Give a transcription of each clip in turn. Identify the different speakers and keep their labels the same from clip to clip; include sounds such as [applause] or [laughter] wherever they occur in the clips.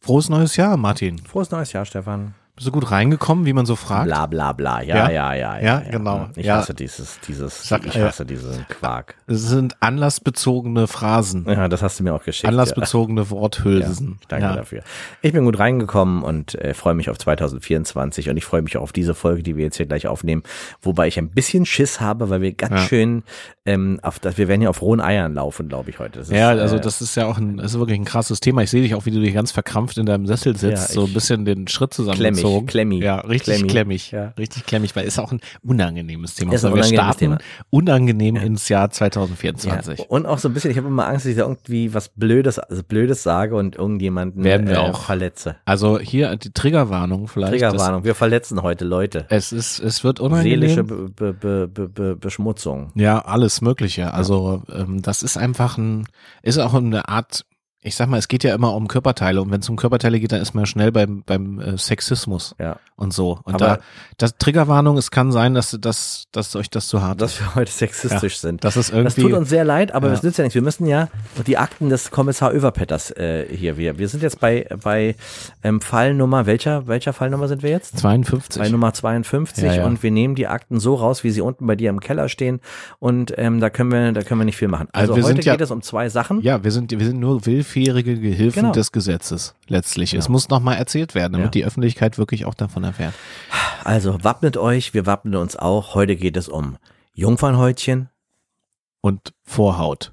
Speaker 1: Frohes neues Jahr, Martin.
Speaker 2: Frohes neues Jahr, Stefan.
Speaker 1: Bist du gut reingekommen, wie man so fragt?
Speaker 2: Bla bla bla.
Speaker 1: Ja?
Speaker 2: Ja, ja, ja, ja. Mhm.
Speaker 1: Ja, genau.
Speaker 2: Ich
Speaker 1: Ja.
Speaker 2: hasse dieses, dieses,
Speaker 1: Sag- äh,
Speaker 2: ich
Speaker 1: ja.
Speaker 2: hasse diesen Quark.
Speaker 1: Es sind anlassbezogene Phrasen,
Speaker 2: Ja, das hast du mir auch geschickt. [laughs] ja.
Speaker 1: anlassbezogene Worthülsen.
Speaker 2: Danke dafür. Ich bin gut reingekommen und äh, freue mich auf 2024 und ich freue mich auch auf diese Folge, die wir jetzt hier gleich aufnehmen, wobei ich ein bisschen Schiss habe, weil wir ganz
Speaker 1: Ja.
Speaker 2: schön ähm, auf das, wir werden hier auf rohen Eiern laufen, glaube ich, heute. Das ist,
Speaker 1: Ja, also
Speaker 2: äh,
Speaker 1: das ist ja auch ein, das ist wirklich ein krasses Thema. Ich sehe dich auch, wie du dich ganz verkrampft in deinem Sessel sitzt,
Speaker 2: Ja,
Speaker 1: so ein
Speaker 2: ich-
Speaker 1: bisschen den Schritt zusammengezogen.
Speaker 2: Klemmi, klemmi,
Speaker 1: Ja, richtig klemmig.
Speaker 2: klemmi.
Speaker 1: Ja.
Speaker 2: Ja.
Speaker 1: Richtig klemmig, weil ist auch ein unangenehmes Thema.
Speaker 2: Ist ein
Speaker 1: Also wir
Speaker 2: unangenehmes
Speaker 1: starten
Speaker 2: Thema.
Speaker 1: unangenehm ins Jahr
Speaker 2: Ja,
Speaker 1: 2024.
Speaker 2: und auch so ein bisschen, ich habe immer Angst, dass ich da irgendwie was Blödes, also Blödes sage und irgendjemanden äh,
Speaker 1: Werden wir auch.
Speaker 2: verletze.
Speaker 1: Also hier die Triggerwarnung vielleicht.
Speaker 2: Triggerwarnung, wir verletzen heute Leute.
Speaker 1: Das, es ist, es wird unangenehm.
Speaker 2: Seelische Be Be Be Be Be Beschmutzung.
Speaker 1: Ja, alles Mögliche. Also ähm, das ist einfach ein, ist auch eine Art, ich sag mal, es geht ja immer um Körperteile und wenn es um Körperteile geht, dann ist man ja schnell beim, beim äh, Sexismus
Speaker 2: Ja.
Speaker 1: und so. Und
Speaker 2: Aber-
Speaker 1: da, das Triggerwarnung, es kann sein, dass, dass, dass euch das zu hart ist.
Speaker 2: Dass wir heute sexistisch sind.
Speaker 1: Das ist irgendwie.
Speaker 2: Das tut uns sehr leid, aber
Speaker 1: Ja.
Speaker 2: das nützt ja nichts. Wir müssen ja die Akten des Kommissar Överpetters äh, hier wir. Wir sind jetzt bei, bei ähm, Fallnummer, welcher, welcher Fallnummer sind wir jetzt?
Speaker 1: 52.
Speaker 2: Bei Nummer 52
Speaker 1: Ja, ja.
Speaker 2: und wir nehmen die Akten so raus, wie sie unten bei dir im Keller stehen und ähm, da können wir da können wir nicht viel machen.
Speaker 1: Also
Speaker 2: Also,
Speaker 1: wir
Speaker 2: heute
Speaker 1: sind ja-
Speaker 2: geht es um zwei Sachen.
Speaker 1: ja, wir sind, wir sind nur willfährige Gehilfen
Speaker 2: Genau.
Speaker 1: des Gesetzes letztlich. Es muss nochmal erzählt werden, damit
Speaker 2: Ja.
Speaker 1: die Öffentlichkeit wirklich auch davon erfährt.
Speaker 2: Also wappnet euch, wir wappnen uns auch. Heute geht es um Jungfernhäutchen,
Speaker 1: Und Vorhaut.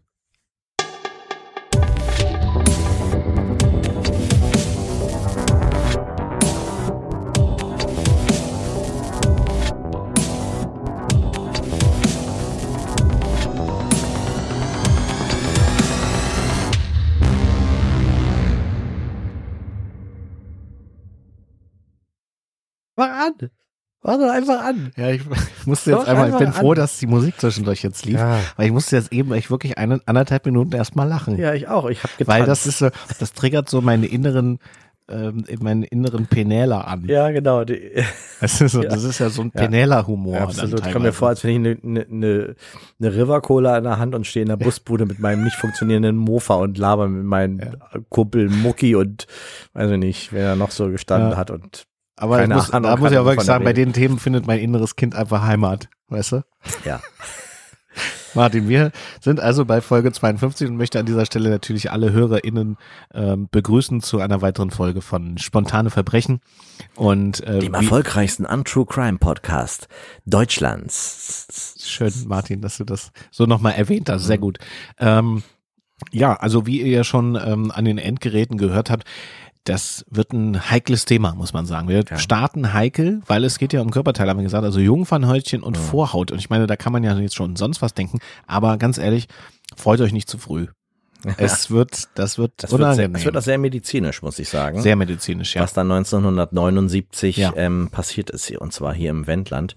Speaker 2: Mach an. Mach doch einfach an.
Speaker 1: Ja, [laughs] ich musste
Speaker 2: [laughs] Hör
Speaker 1: jetzt
Speaker 2: doch
Speaker 1: einmal, ich bin
Speaker 2: einfach an.
Speaker 1: froh, dass die Musik zwischendurch jetzt lief,
Speaker 2: Ja.
Speaker 1: weil ich musste jetzt eben echt wirklich eine, anderthalb Minuten erstmal lachen.
Speaker 2: Ja, ich auch. Ich habe getan.
Speaker 1: weil das ist so, das triggert so meine inneren, ähm, meinen inneren Penäler an.
Speaker 2: ja, genau. Die,
Speaker 1: Das, ist so, das ist ja so ein Penäler-Humor. dann
Speaker 2: [laughs] absolut. Kommt mir
Speaker 1: teilweise.
Speaker 2: vor, als wenn ich eine ne, ne, ne River-Cola in der Hand und stehe in der Busbude mit meinem nicht funktionierenden Mofa und laber mit meinem Kumpel Mucki und weiß ich nicht, wer da noch so gestanden
Speaker 1: Ja.
Speaker 2: hat. Und
Speaker 1: Aber ich
Speaker 2: keine
Speaker 1: muss,
Speaker 2: Ahnung,
Speaker 1: da muss ich
Speaker 2: kann
Speaker 1: ja wirklich
Speaker 2: davon der
Speaker 1: sagen, bei
Speaker 2: Rede.
Speaker 1: den Themen findet mein inneres Kind einfach Heimat. Weißt du?
Speaker 2: ja,
Speaker 1: Martin, wir sind also bei Folge 52 und möchte an dieser Stelle natürlich alle HörerInnen ähm, begrüßen zu einer weiteren Folge von Spontane Verbrechen. Und äh,
Speaker 2: dem
Speaker 1: wie-
Speaker 2: erfolgreichsten Untrue Crime Podcast Deutschlands.
Speaker 1: Schön, Martin, dass du das so nochmal erwähnt hast. Sehr gut. Ähm, ja, also wie ihr ja schon ähm, an den Endgeräten gehört habt, das wird ein heikles Thema, muss man sagen. Wir starten heikel, weil es geht ja um Körperteile, haben wir gesagt, also Jungfernhäutchen und Vorhaut. Und ich meine, da kann man ja jetzt schon sonst was denken, aber ganz ehrlich, freut euch nicht zu
Speaker 2: [laughs]
Speaker 1: früh. Es wird, das wird
Speaker 2: Das wird, sehr,
Speaker 1: unangenehm.
Speaker 2: das wird auch sehr medizinisch, muss ich sagen.
Speaker 1: sehr medizinisch, ja.
Speaker 2: was dann 1979
Speaker 1: Ja.
Speaker 2: ähm, passiert ist, hier, und zwar hier im Wendland.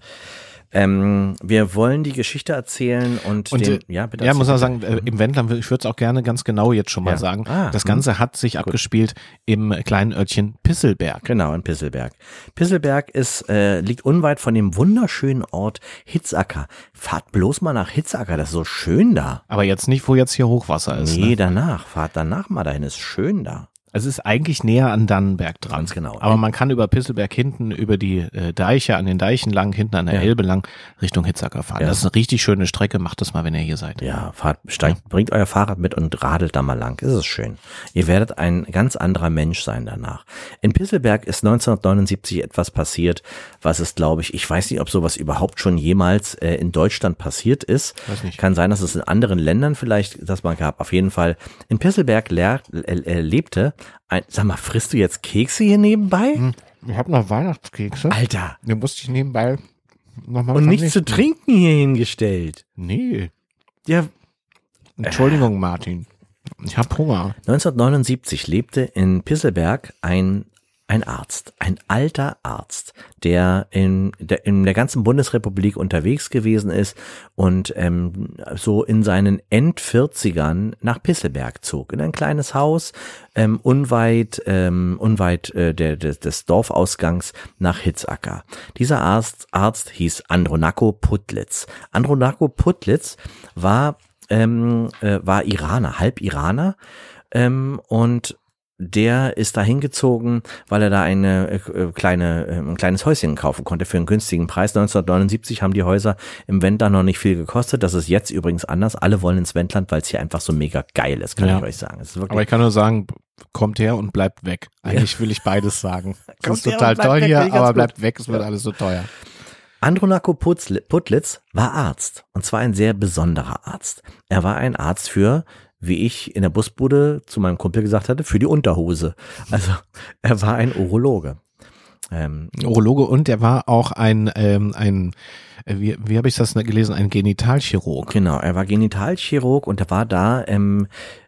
Speaker 2: Ähm, wir wollen die Geschichte erzählen und,
Speaker 1: Und
Speaker 2: den,
Speaker 1: äh, ja, muss man
Speaker 2: erzähl
Speaker 1: sagen, äh, im Wendland, ich würde es auch gerne ganz genau jetzt schon mal
Speaker 2: Ja.
Speaker 1: sagen.
Speaker 2: Ah,
Speaker 1: das
Speaker 2: hm.
Speaker 1: Ganze hat sich abgespielt im kleinen Örtchen Pisselberg.
Speaker 2: Genau, in Pisselberg. Pisselberg ist, äh, liegt unweit von dem wunderschönen Ort Hitzacker. Fahrt bloß mal nach Hitzacker, das ist so schön da.
Speaker 1: Aber jetzt nicht, wo jetzt hier Hochwasser ist.
Speaker 2: Nee,
Speaker 1: Ne?
Speaker 2: danach. Fahrt danach mal dahin, ist schön da.
Speaker 1: Es ist eigentlich näher an Dannenberg dran.
Speaker 2: Ganz genau.
Speaker 1: Aber man kann über Pisselberg hinten, über die äh, Deiche, an den Deichen lang, hinten an der
Speaker 2: Ja.
Speaker 1: Elbe lang, Richtung Hitzacker fahren.
Speaker 2: Ja.
Speaker 1: Das ist eine richtig schöne Strecke. Macht das mal, wenn ihr hier seid.
Speaker 2: Ja, fahrt, steigt, bringt euer Fahrrad mit und radelt da mal lang. Es ist schön. Ihr werdet ein ganz anderer Mensch sein danach. In Pisselberg ist 1979 etwas passiert, was ist, glaube ich, ich weiß nicht, ob sowas überhaupt schon jemals äh, in Deutschland passiert ist.
Speaker 1: Weiß nicht.
Speaker 2: Kann sein, dass es in anderen Ländern vielleicht das mal gab. Auf jeden Fall. In Pisselberg lehr, äh, äh, lebte ein, sag mal, frisst du jetzt Kekse hier nebenbei?
Speaker 1: Ich habe noch Weihnachtskekse.
Speaker 2: Alter.
Speaker 1: Den musste ich nebenbei nochmal.
Speaker 2: Und nichts zu trinken hier hingestellt.
Speaker 1: Nee.
Speaker 2: Ja,
Speaker 1: Entschuldigung, Martin. Ich habe Hunger.
Speaker 2: 1979 lebte in Pisselberg ein, ein Arzt, ein alter Arzt, der in, der in der ganzen Bundesrepublik unterwegs gewesen ist und ähm, so in seinen End-40ern nach Pisselberg zog, in ein kleines Haus ähm, unweit, ähm, unweit äh, der, des, des Dorfausgangs nach Hitzacker. Dieser Arzt, Arzt hieß Andronaco Putlitz. Andronaco Putlitz war ähm, äh, war Iraner, halb Iraner ähm, und der ist da hingezogen, weil er da eine äh, kleine, äh, ein kleines Häuschen kaufen konnte für einen günstigen Preis. 1979 haben die Häuser im Wendland noch nicht viel gekostet. Das ist jetzt übrigens anders. Alle wollen ins Wendland, weil es hier einfach so mega geil ist, kann
Speaker 1: Ja.
Speaker 2: ich euch sagen. Es ist wirklich
Speaker 1: Aber ich kann nur sagen, kommt her und bleibt weg. Eigentlich will ich beides
Speaker 2: [laughs]
Speaker 1: sagen.
Speaker 2: Kommt
Speaker 1: Das ist
Speaker 2: her und
Speaker 1: total
Speaker 2: bleibt
Speaker 1: toll
Speaker 2: weg,
Speaker 1: hier,
Speaker 2: finde ich ganz
Speaker 1: aber
Speaker 2: gut.
Speaker 1: bleibt weg, es wird alles so teuer.
Speaker 2: Andronako Putzl- Putlitz war Arzt und zwar ein sehr besonderer Arzt. Er war ein Arzt für, wie ich in der Busbude zu meinem Kumpel gesagt hatte, für die Unterhose. Also er war ein Urologe. Ähm,
Speaker 1: Urologe und er war auch ein, ähm, ein äh, wie, wie habe ich das gelesen, ein Genitalchirurg.
Speaker 2: genau, er war Genitalchirurg und er war da ähm,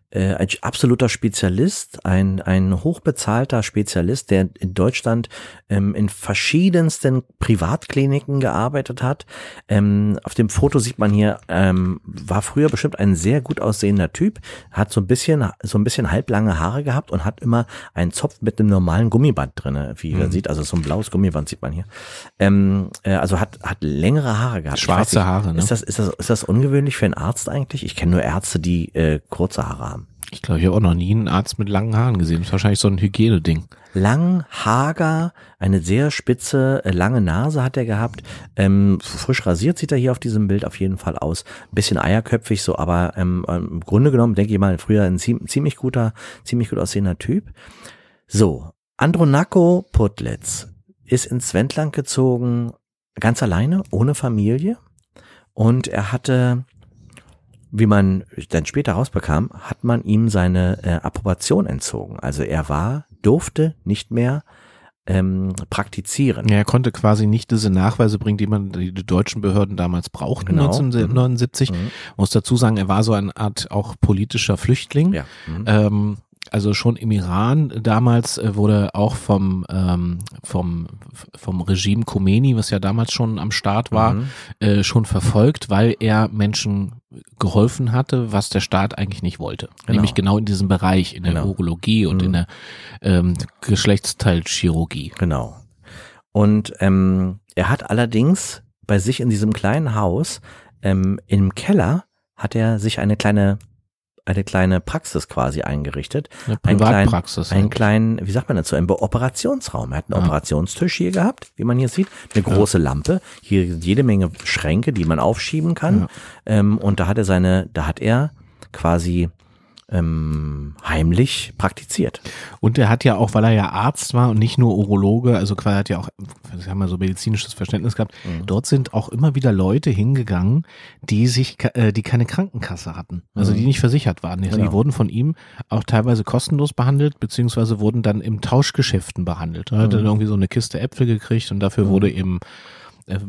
Speaker 2: äh, ein absoluter Spezialist, ein, ein hochbezahlter Spezialist, der in Deutschland ähm, in verschiedensten Privatkliniken gearbeitet hat. Ähm, auf dem Foto sieht man hier, ähm, war früher bestimmt ein sehr gut aussehender Typ, hat so ein bisschen, so ein bisschen halblange Haare gehabt und hat immer einen Zopf mit einem normalen Gummiband drinne, wie man sieht, also so ein blaues Gummiband sieht man hier. Ähm, äh, also hat, hat längere Haare gehabt. Ich
Speaker 1: Schwarze
Speaker 2: weiß nicht,
Speaker 1: Haare, ne?
Speaker 2: Ist das, ist das, ist das ungewöhnlich für einen Arzt eigentlich? Ich kenne nur Ärzte, die äh, kurze Haare haben.
Speaker 1: Ich glaube, ich habe auch noch nie einen Arzt mit langen Haaren gesehen. Das ist wahrscheinlich so ein Hygieneding.
Speaker 2: lang, hager, eine sehr spitze, äh, lange Nase hat er gehabt. Ähm, frisch rasiert sieht er hier auf diesem Bild auf jeden Fall aus. Ein bisschen eierköpfig so, aber ähm, ähm, im Grunde genommen denke ich mal, früher ein ziem- ziemlich guter, ziemlich gut aussehender Typ. So, Andronako Putlitz ist ins Wendland gezogen, ganz alleine, ohne Familie. Und er hatte, wie man dann später rausbekam, hat man ihm seine äh, Approbation entzogen. Also er war, durfte nicht mehr ähm, praktizieren.
Speaker 1: Ja, er konnte quasi nicht diese Nachweise bringen, die man die die deutschen Behörden damals brauchten,
Speaker 2: Genau.
Speaker 1: 1979.
Speaker 2: Mhm.
Speaker 1: Muss dazu sagen, er war so eine Art auch politischer Flüchtling.
Speaker 2: Ja. Mhm.
Speaker 1: Ähm, also schon im Iran damals äh, wurde auch vom, ähm, vom, vom Regime Khomeini, was ja damals schon am Start war,
Speaker 2: Mhm.
Speaker 1: äh, schon verfolgt, weil er Menschen geholfen hatte, was der Staat eigentlich nicht wollte.
Speaker 2: Genau.
Speaker 1: Nämlich genau in diesem Bereich, in der
Speaker 2: Genau.
Speaker 1: Urologie und
Speaker 2: Mhm.
Speaker 1: in der ähm, Geschlechtsteilchirurgie.
Speaker 2: Genau. Und ähm, er hat allerdings bei sich in diesem kleinen Haus ähm, im Keller hat er sich eine kleine eine kleine Praxis quasi eingerichtet.
Speaker 1: Eine
Speaker 2: Ein klein-
Speaker 1: ne, Privatpraxis. ne.
Speaker 2: Einen kleinen, wie sagt man dazu, einen Be- Operationsraum. Er hat einen
Speaker 1: Ah.
Speaker 2: Operationstisch hier gehabt, wie man hier sieht, eine große Lampe, hier jede Menge Schränke, die man aufschieben kann.
Speaker 1: Ja.
Speaker 2: Ähm, und da hat er seine, da hat er quasi ähm, heimlich praktiziert.
Speaker 1: Und er hat ja auch, weil er ja Arzt war und nicht nur Urologe, also quasi hat ja auch, ich haben mal so medizinisches Verständnis gehabt, dort sind auch immer wieder Leute hingegangen, die sich, ke- äh, die keine Krankenkasse hatten, also die nicht versichert waren. Die,
Speaker 2: Genau.
Speaker 1: die wurden von ihm auch teilweise kostenlos behandelt, beziehungsweise wurden dann im Tauschgeschäften behandelt. Er hat dann irgendwie so eine Kiste Äpfel gekriegt und dafür wurde eben äh,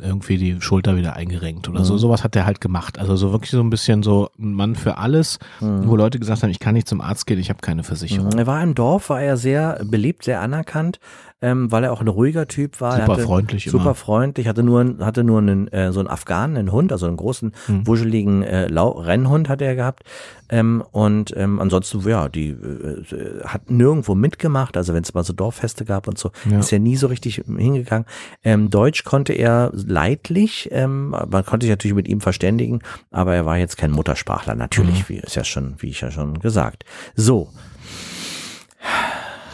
Speaker 1: irgendwie die Schulter wieder eingerenkt oder so. Sowas hat er halt gemacht. Also so wirklich so ein bisschen so ein Mann für alles, wo Leute gesagt haben, ich kann nicht zum Arzt gehen, ich habe keine Versicherung.
Speaker 2: Er war im Dorf, war er sehr beliebt, sehr anerkannt, ähm, weil er auch ein ruhiger Typ war. Er
Speaker 1: Super
Speaker 2: hatte,
Speaker 1: freundlich immer.
Speaker 2: Super freundlich, hatte nur, hatte nur einen, äh, so einen Afghanen, einen Hund, also einen großen,
Speaker 1: Hm.
Speaker 2: wuscheligen äh, Lau Rennhund hat er gehabt. Ähm, und ähm, ansonsten, ja, die äh, hat nirgendwo mitgemacht. Also wenn es mal so Dorffeste gab und so,
Speaker 1: Ja.
Speaker 2: ist er nie so richtig hingegangen. Ähm, Deutsch konnte er leidlich, ähm, man konnte sich natürlich mit ihm verständigen, aber er war jetzt kein Muttersprachler, natürlich,
Speaker 1: Mhm.
Speaker 2: wie ist ja schon, wie ich ja schon gesagt. So.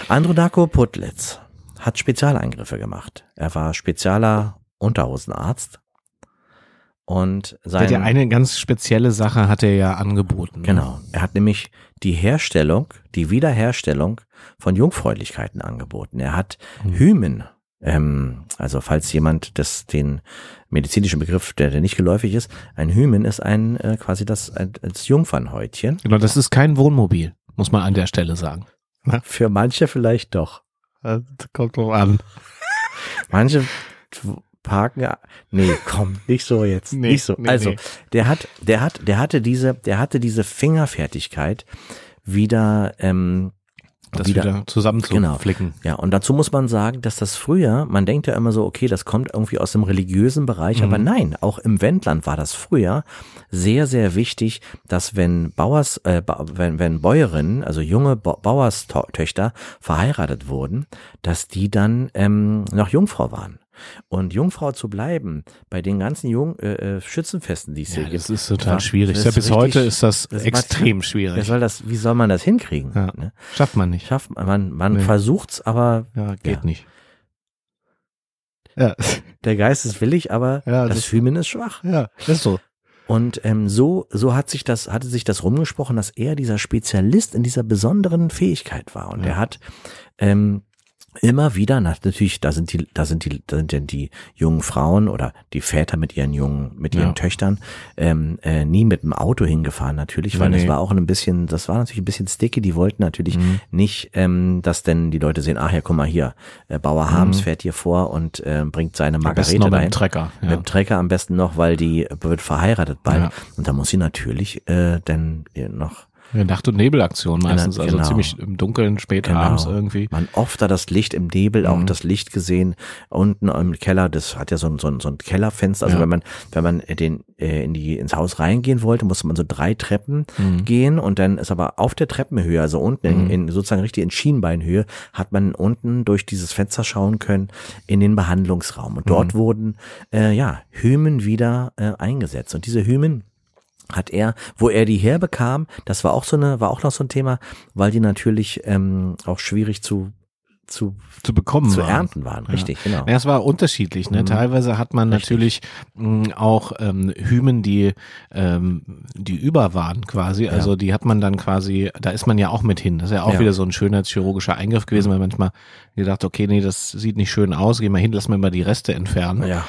Speaker 2: Androdako Putlitz hat Spezialeingriffe gemacht. Er war spezialer Unterhosenarzt und sein
Speaker 1: Hat ja eine ganz spezielle Sache hat er ja angeboten. ne?
Speaker 2: genau. Er hat nämlich die Herstellung, die Wiederherstellung von Jungfräulichkeiten angeboten. Er hat
Speaker 1: Mhm.
Speaker 2: Hymen, ähm, also falls jemand das den medizinischen Begriff, der, der nicht geläufig ist, ein Hymen ist ein äh, quasi das ein, das Jungfernhäutchen.
Speaker 1: Genau, das ist kein Wohnmobil, muss man an der Stelle sagen.
Speaker 2: Für manche vielleicht doch.
Speaker 1: Das kommt drauf an.
Speaker 2: Manche parken. Nee, komm, nicht so jetzt.
Speaker 1: Nee,
Speaker 2: nicht so.
Speaker 1: nee,
Speaker 2: also,
Speaker 1: nee.
Speaker 2: der hat, der hat, der hatte diese, der hatte diese Fingerfertigkeit wieder, ähm,
Speaker 1: Das wieder,
Speaker 2: Genau.
Speaker 1: zusammenzuflicken.
Speaker 2: ja, und dazu muss man sagen, dass das früher, man denkt ja immer so, okay, das kommt irgendwie aus dem religiösen Bereich, aber
Speaker 1: Mhm.
Speaker 2: nein, auch im Wendland war das früher sehr, sehr wichtig, dass wenn Bauers, äh, Ba- wenn, wenn Bäuerinnen, also junge Ba- Bauerstöchter verheiratet wurden, dass die dann ähm, noch Jungfrau waren. Und Jungfrau zu bleiben bei den ganzen Jung äh, äh, Schützenfesten, die es hier
Speaker 1: Ja,
Speaker 2: gibt.
Speaker 1: das ist total
Speaker 2: Ja,
Speaker 1: schwierig.
Speaker 2: das
Speaker 1: Ja,
Speaker 2: ist
Speaker 1: bis
Speaker 2: richtig-
Speaker 1: heute ist das,
Speaker 2: das ist
Speaker 1: extrem
Speaker 2: Wer
Speaker 1: schwierig.
Speaker 2: soll das, wie soll man das hinkriegen?
Speaker 1: Ja.
Speaker 2: Ne?
Speaker 1: Schafft man nicht.
Speaker 2: Schafft man, man, man
Speaker 1: Nee.
Speaker 2: versucht's, aber
Speaker 1: Ja, geht
Speaker 2: Ja.
Speaker 1: nicht. Ja, [laughs]
Speaker 2: der Geist ist willig, aber
Speaker 1: Ja,
Speaker 2: das,
Speaker 1: das-
Speaker 2: Hymen ist schwach.
Speaker 1: ja, ist so.
Speaker 2: Und ähm, so, so hat sich das, hatte sich das rumgesprochen, dass er dieser Spezialist in dieser besonderen Fähigkeit war. Und
Speaker 1: Ja.
Speaker 2: er hat ähm, immer wieder, na, natürlich, da sind die, da sind die, da sind denn die jungen Frauen oder die Väter mit ihren jungen, mit ihren
Speaker 1: Ja.
Speaker 2: Töchtern, ähm, äh, nie mit dem Auto hingefahren natürlich, weil
Speaker 1: Nee, Mhm.
Speaker 2: das
Speaker 1: nee.
Speaker 2: war auch ein bisschen, das war natürlich ein bisschen sticky, die wollten natürlich nicht, ähm, dass denn die Leute sehen, ach ja, guck mal hier, äh,
Speaker 1: Mhm.
Speaker 2: Bauer Harms fährt hier vor und äh, bringt seine
Speaker 1: Am besten
Speaker 2: Margarete
Speaker 1: noch mit dem
Speaker 2: dahin.
Speaker 1: Trecker.
Speaker 2: Mit dem Trecker am besten noch, weil die wird verheiratet bald.
Speaker 1: Ja.
Speaker 2: Und da muss sie natürlich äh, dann noch
Speaker 1: Eine Nacht- und Nebelaktion meistens, also
Speaker 2: Genau.
Speaker 1: ziemlich im Dunkeln, spät abends irgendwie.
Speaker 2: Man oft da das Licht im Nebel, auch
Speaker 1: Mhm.
Speaker 2: das Licht gesehen, unten im Keller, das hat ja so ein, so ein, so ein Kellerfenster. Also
Speaker 1: Ja.
Speaker 2: wenn man, wenn man äh, den, äh, in die, ins Haus reingehen wollte, musste man so drei Treppen
Speaker 1: Mhm.
Speaker 2: gehen und dann ist aber auf der Treppenhöhe, also unten in, in sozusagen richtig in Schienbeinhöhe, hat man unten durch dieses Fenster schauen können in den Behandlungsraum. Und
Speaker 1: Mhm.
Speaker 2: dort wurden äh, ja Hymen wieder äh, eingesetzt. Und diese Hymen hat er, wo er die herbekam, das war auch so eine, war auch noch so ein Thema, weil die natürlich ähm, auch schwierig zu zu,
Speaker 1: Zu bekommen.
Speaker 2: zu
Speaker 1: waren.
Speaker 2: ernten waren, richtig, genau.
Speaker 1: Ja, es war unterschiedlich.
Speaker 2: Mhm.
Speaker 1: Ne? Teilweise hat man natürlich mh, auch ähm, Hymen, die, ähm, die über waren quasi. Also die hat man dann quasi, da ist man ja auch mit hin. Das ist ja auch
Speaker 2: Ja. Mhm.
Speaker 1: wieder so ein schönheitschirurgischer Eingriff gewesen, weil manchmal gedacht, okay, nee, das sieht nicht schön aus, geh mal hin, lass mir mal die Reste entfernen. [laughs]
Speaker 2: Ja.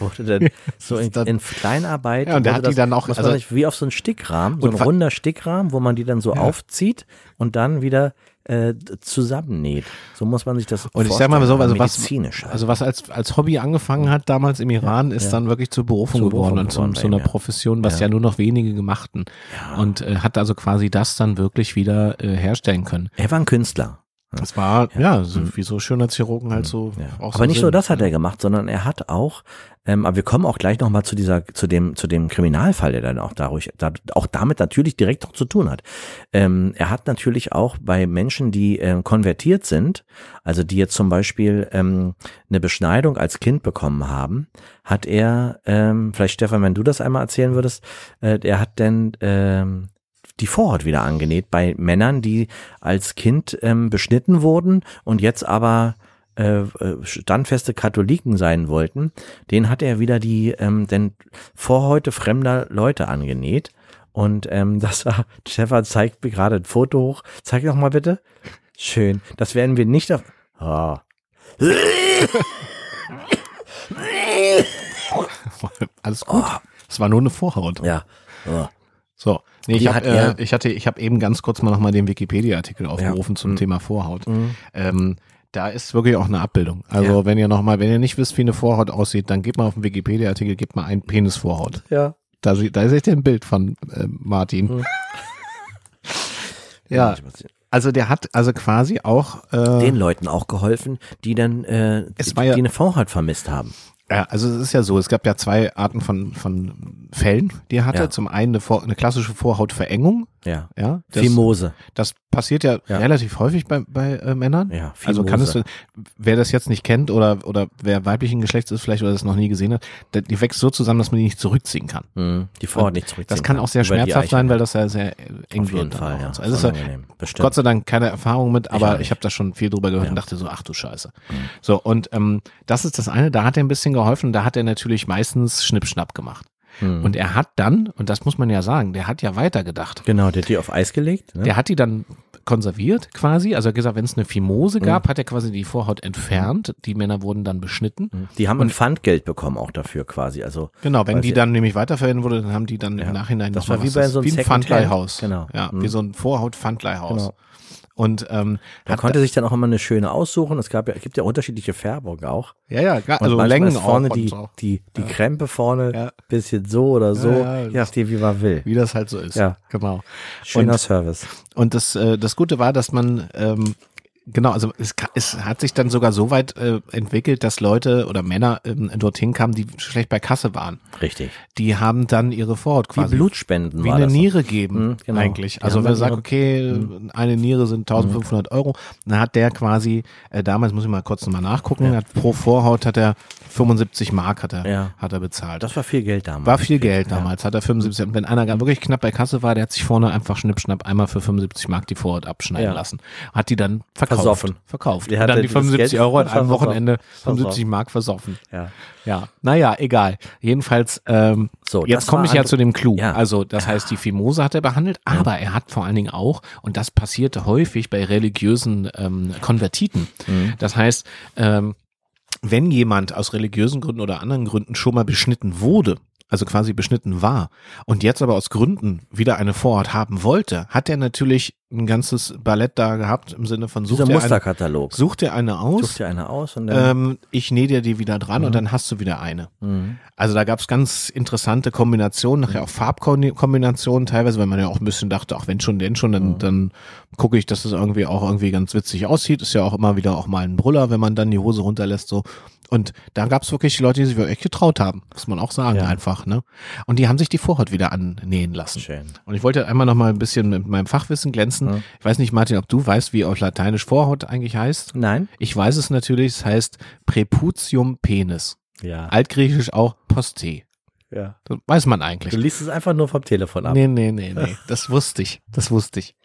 Speaker 2: Wurde dann so in,
Speaker 1: dann-
Speaker 2: in Kleinarbeit.
Speaker 1: Ja, und der
Speaker 2: wurde
Speaker 1: hat die dann auch-
Speaker 2: muss man
Speaker 1: also-
Speaker 2: sich wie auf so einen Stickrahmen, so
Speaker 1: Und
Speaker 2: ein
Speaker 1: fa-
Speaker 2: runder Stickrahmen, wo man die dann so
Speaker 1: Ja.
Speaker 2: aufzieht und dann wieder äh, zusammennäht. So muss man sich das
Speaker 1: Und ich sag
Speaker 2: vorstellen.
Speaker 1: mal so, also was,
Speaker 2: medizinisch. halt. Mhm.
Speaker 1: also was als, als Hobby angefangen hat damals im Iran, ist dann wirklich zur Berufung
Speaker 2: Zur
Speaker 1: geworden
Speaker 2: Berufung
Speaker 1: und zum,
Speaker 2: geworden bei
Speaker 1: zu einer
Speaker 2: ihm, ja.
Speaker 1: Profession, was ja.
Speaker 2: Ja.
Speaker 1: nur noch wenige gemachten. Und äh, hat also quasi das dann wirklich wieder äh, herstellen können.
Speaker 2: er war ein Künstler.
Speaker 1: Das war, ja, so, wie so Schönheitschirurgen halt so.
Speaker 2: Mhm. Ja.
Speaker 1: auch so Mhm.
Speaker 2: aber nicht
Speaker 1: sind. [laughs]
Speaker 2: nur das hat er gemacht, sondern er hat auch, ähm, aber wir kommen auch gleich nochmal zu dieser, zu dem, zu dem Kriminalfall, der dann auch dadurch, da, auch damit natürlich direkt auch zu tun hat. Ähm, er hat natürlich auch bei Menschen, die ähm, konvertiert sind, also die jetzt zum Beispiel ähm, eine Beschneidung als Kind bekommen haben, hat er, ähm, vielleicht Stefan, wenn du das einmal erzählen würdest, äh, er hat dann ähm, die Vorhaut wieder angenäht bei Männern, die als Kind ähm, beschnitten wurden und jetzt aber äh, äh, standfeste Katholiken sein wollten, den hat er wieder die ähm, denn Vorhäute fremder Leute angenäht. Und ähm, [laughs] das war, Stefan zeigt mir gerade ein Foto hoch. Zeig doch mal bitte. Schön. Das werden wir nicht auf. Ah.
Speaker 1: Alles gut. Es war nur eine Vorhaut.
Speaker 2: Oh. Ja. Ah.
Speaker 1: So. Nee, ich,
Speaker 2: Die
Speaker 1: hab,
Speaker 2: hat
Speaker 1: äh,
Speaker 2: er-
Speaker 1: ich hatte, ich habe eben ganz kurz mal nochmal den Wikipedia-Artikel aufgerufen zum
Speaker 2: Mhm.
Speaker 1: Thema Vorhaut. Ähm, da ist wirklich auch eine Abbildung. Also wenn ihr nochmal, wenn ihr nicht wisst, wie eine Vorhaut aussieht, dann geht mal auf den Wikipedia-Artikel, gebt mal ein Penisvorhaut.
Speaker 2: Ja.
Speaker 1: Da, sie- da seht ihr ein Bild von äh, Martin.
Speaker 2: Mhm.
Speaker 1: [laughs] ja, also der hat also quasi auch äh,
Speaker 2: Den Leuten auch geholfen, die dann äh,
Speaker 1: Es
Speaker 2: die,
Speaker 1: war ja-
Speaker 2: die eine Vorhaut vermisst haben.
Speaker 1: Ja, also es ist ja so, es gab ja zwei Arten von, von Fällen, die er hatte.
Speaker 2: Ja.
Speaker 1: Zum einen eine, Vor eine klassische Vorhautverengung.
Speaker 2: Ja.
Speaker 1: Ja, das,
Speaker 2: Fimose.
Speaker 1: das passiert ja,
Speaker 2: Ja.
Speaker 1: relativ häufig bei, bei äh, Männern.
Speaker 2: Ja,
Speaker 1: also kann es,
Speaker 2: Fimose.
Speaker 1: wer das jetzt nicht kennt oder, oder wer weiblichen Geschlechts ist vielleicht oder das noch nie gesehen hat, der- die wächst so zusammen, dass man die nicht zurückziehen kann.
Speaker 2: Mhm. Die Vorhaut nicht zurückziehen.
Speaker 1: Das kann auch sehr
Speaker 2: Über die
Speaker 1: schmerzhaft
Speaker 2: Eichel.
Speaker 1: sein, weil das ja sehr äh, eng
Speaker 2: Auf jeden
Speaker 1: wird.
Speaker 2: Fall, ja.
Speaker 1: Also es ist ja
Speaker 2: Unangenehm. Bestimmt.
Speaker 1: Gott sei Dank keine Erfahrung mit,
Speaker 2: auch
Speaker 1: aber
Speaker 2: nicht. Mhm.
Speaker 1: ich, hab habe da schon viel drüber gehört und dachte so, ach du Scheiße. So, und ähm, das ist das eine, da hat er ein bisschen geholfen, da hat er natürlich meistens Schnippschnapp gemacht.
Speaker 2: Mhm.
Speaker 1: Und er hat dann, und das muss man ja sagen, der hat ja weitergedacht.
Speaker 2: Genau, der hat die auf Eis gelegt. Ne?
Speaker 1: Der hat die dann konserviert quasi, also er hat gesagt, wenn es eine
Speaker 2: Mhm.
Speaker 1: Fimose gab, hat er quasi die Vorhaut entfernt, die Männer wurden dann beschnitten.
Speaker 2: Die haben ein Pfandgeld bekommen auch dafür quasi. Also
Speaker 1: Genau, wenn
Speaker 2: Mhm. weil
Speaker 1: die
Speaker 2: sie-
Speaker 1: dann nämlich weiterverwendet wurde, dann haben die dann im Nachhinein
Speaker 2: Das
Speaker 1: noch
Speaker 2: war
Speaker 1: mal
Speaker 2: wie
Speaker 1: was
Speaker 2: bei
Speaker 1: das-
Speaker 2: so einem
Speaker 1: wie ein
Speaker 2: Secondhand.
Speaker 1: Pfandleihhaus.
Speaker 2: Genau.
Speaker 1: Ja, wie so ein Vorhaut-Pfandleihhaus.
Speaker 2: Genau.
Speaker 1: Und ähm,
Speaker 2: man
Speaker 1: hat
Speaker 2: konnte sich dann auch immer eine schöne aussuchen. Es gab ja, gibt ja unterschiedliche Färbungen auch.
Speaker 1: Ja, ja, klar.
Speaker 2: Und
Speaker 1: Also
Speaker 2: manchmal
Speaker 1: Längen
Speaker 2: ist vorne
Speaker 1: auch und
Speaker 2: die,
Speaker 1: so.
Speaker 2: die, die Krempe vorne
Speaker 1: Ja.
Speaker 2: bisschen so oder so,
Speaker 1: Ja, ja,
Speaker 2: je nachdem wie man will.
Speaker 1: Wie das halt so ist.
Speaker 2: Ja.
Speaker 1: Genau.
Speaker 2: Schöner
Speaker 1: Und-
Speaker 2: Service.
Speaker 1: Und das, äh, das Gute war, dass man ähm, Genau, also es, ka- es hat sich dann sogar so weit äh, entwickelt, dass Leute oder Männer ähm, dorthin kamen, die schlecht bei Kasse waren.
Speaker 2: Richtig.
Speaker 1: Die haben dann ihre Vorhaut
Speaker 2: Wie
Speaker 1: quasi
Speaker 2: Blutspenden
Speaker 1: wie
Speaker 2: war
Speaker 1: eine
Speaker 2: das.
Speaker 1: Niere geben
Speaker 2: Mhm, genau. Die
Speaker 1: eigentlich. Also
Speaker 2: haben
Speaker 1: wenn man
Speaker 2: dann
Speaker 1: sagt,
Speaker 2: ihre- Mhm.
Speaker 1: okay, eine Niere sind 1500 Euro, dann hat der quasi, äh, damals muss ich mal kurz nochmal nachgucken, hat pro Vorhaut hat er 75 Mark hat er,
Speaker 2: Ja.
Speaker 1: hat er bezahlt.
Speaker 2: Das war viel Geld damals.
Speaker 1: war viel Geld damals, hat er 75. Und wenn einer gar wirklich knapp bei Kasse war, der hat sich vorne einfach schnippschnapp einmal für 75 Mark die Vorhaut abschneiden
Speaker 2: Ja.
Speaker 1: lassen. Hat die dann verkauft.
Speaker 2: Versoffen.
Speaker 1: Verkauft.
Speaker 2: Der
Speaker 1: Und dann
Speaker 2: hatte
Speaker 1: die
Speaker 2: das
Speaker 1: 75
Speaker 2: Geld-
Speaker 1: Euro an einem
Speaker 2: Versoffen.
Speaker 1: Wochenende
Speaker 2: Versoffen.
Speaker 1: 75 Mark versoffen.
Speaker 2: Ja.
Speaker 1: Ja, naja, egal. Jedenfalls, ähm,
Speaker 2: So,
Speaker 1: jetzt
Speaker 2: das war
Speaker 1: komme ich ja
Speaker 2: Andro-
Speaker 1: zu dem Clou.
Speaker 2: Ja.
Speaker 1: Also, das heißt, die Fimose hat er behandelt, aber er hat vor allen Dingen auch, und das passierte häufig bei religiösen ähm, Konvertiten.
Speaker 2: Mhm.
Speaker 1: Das heißt, ähm, wenn jemand aus religiösen Gründen oder anderen Gründen schon mal beschnitten wurde, also quasi beschnitten war und jetzt aber aus Gründen wieder eine Vorhaut haben wollte, hat er natürlich ein ganzes Ballett da gehabt im Sinne von such
Speaker 2: Dieser
Speaker 1: dir, eine,
Speaker 2: Musterkatalog.
Speaker 1: such dir eine aus,
Speaker 2: Such dir eine aus und dann.
Speaker 1: ähm, ich nähe dir die wieder dran und dann hast du wieder eine.
Speaker 2: Mhm.
Speaker 1: Also da gab's ganz interessante Kombinationen, nachher auch Farbkombinationen teilweise, weil man ja auch ein bisschen dachte, ach wenn schon, denn schon,
Speaker 2: Mhm.
Speaker 1: dann, dann gucke ich, dass es irgendwie auch irgendwie ganz witzig aussieht. Ist ja auch immer wieder auch mal ein Brüller, wenn man dann die Hose runterlässt so. Und da gab's wirklich Leute, die sich wirklich getraut haben, muss man auch sagen
Speaker 2: Ja.
Speaker 1: einfach. ne? Und die haben sich die Vorhaut wieder annähen lassen.
Speaker 2: Schön.
Speaker 1: Und ich wollte einmal noch mal ein bisschen mit meinem Fachwissen glänzen. Ich weiß nicht, Martin, ob du weißt, wie auf Lateinisch Vorhaut eigentlich heißt.
Speaker 2: Nein?
Speaker 1: Ich weiß es natürlich, es heißt Preputium penis.
Speaker 2: Ja.
Speaker 1: Altgriechisch auch Poste.
Speaker 2: ja.
Speaker 1: Das weiß man
Speaker 2: Du
Speaker 1: eigentlich.
Speaker 2: liest es einfach nur vom Telefon ab.
Speaker 1: Nee, nee, nee, nee. Das wusste ich. Das wusste ich.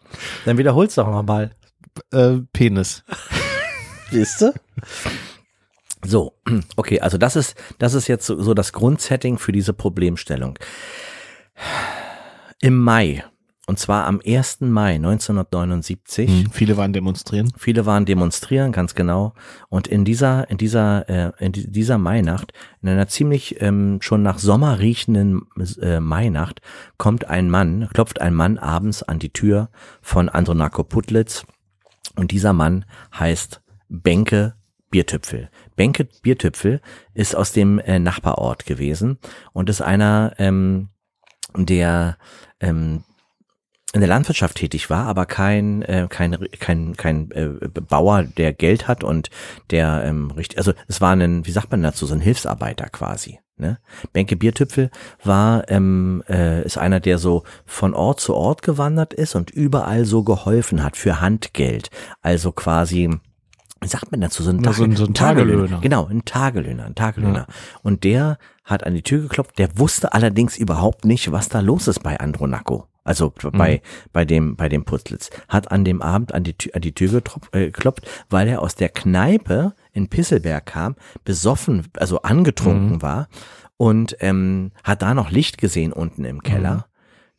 Speaker 2: Dann wiederholst du auch nochmal.
Speaker 1: Äh, Penis.
Speaker 2: Siehst du? So, [clears throat] okay, also das ist, das ist jetzt so, so das Grundsetting für diese Problemstellung. Im Mai, und zwar am 1. Mai 1979,
Speaker 1: Viele waren demonstrieren.
Speaker 2: Viele waren demonstrieren, ganz genau. Und in dieser, in dieser, äh, in di- dieser Mainacht, in einer ziemlich ähm, schon nach Sommer riechenden äh, Mainacht, kommt ein Mann, klopft ein Mann abends an die Tür von Andronako Putlitz. Und dieser Mann heißt Benke Biertüpfel. Benke Biertüpfel ist aus dem äh, Nachbarort gewesen und ist einer, ähm, der ähm, in der Landwirtschaft tätig war, aber kein äh, kein kein kein äh, Bauer, der Geld hat und der ähm, richtig, also es war ein, wie sagt man dazu, so ein Hilfsarbeiter quasi. Ne? Benke Biertüpfel war ähm, äh, ist einer, der so von Ort zu Ort gewandert ist und überall so geholfen hat für Handgeld, also quasi wie sagt man dazu, so ein,
Speaker 1: Na, so ein- so ein Tagelöhner.
Speaker 2: Genau, ein Tagelöhner, ein Tagelöhner. Und der hat an die Tür geklopft, der wusste allerdings überhaupt nicht, was da los ist bei Andronaco. Also
Speaker 1: Mhm.
Speaker 2: bei, bei dem, bei dem Putzlitz. Hat an dem Abend an die Tür, an die Tür getrop- äh, geklopft, weil er aus der Kneipe in Pisselberg kam, besoffen, also
Speaker 1: Mhm.
Speaker 2: angetrunken war und ähm, hat da noch Licht gesehen unten im Keller.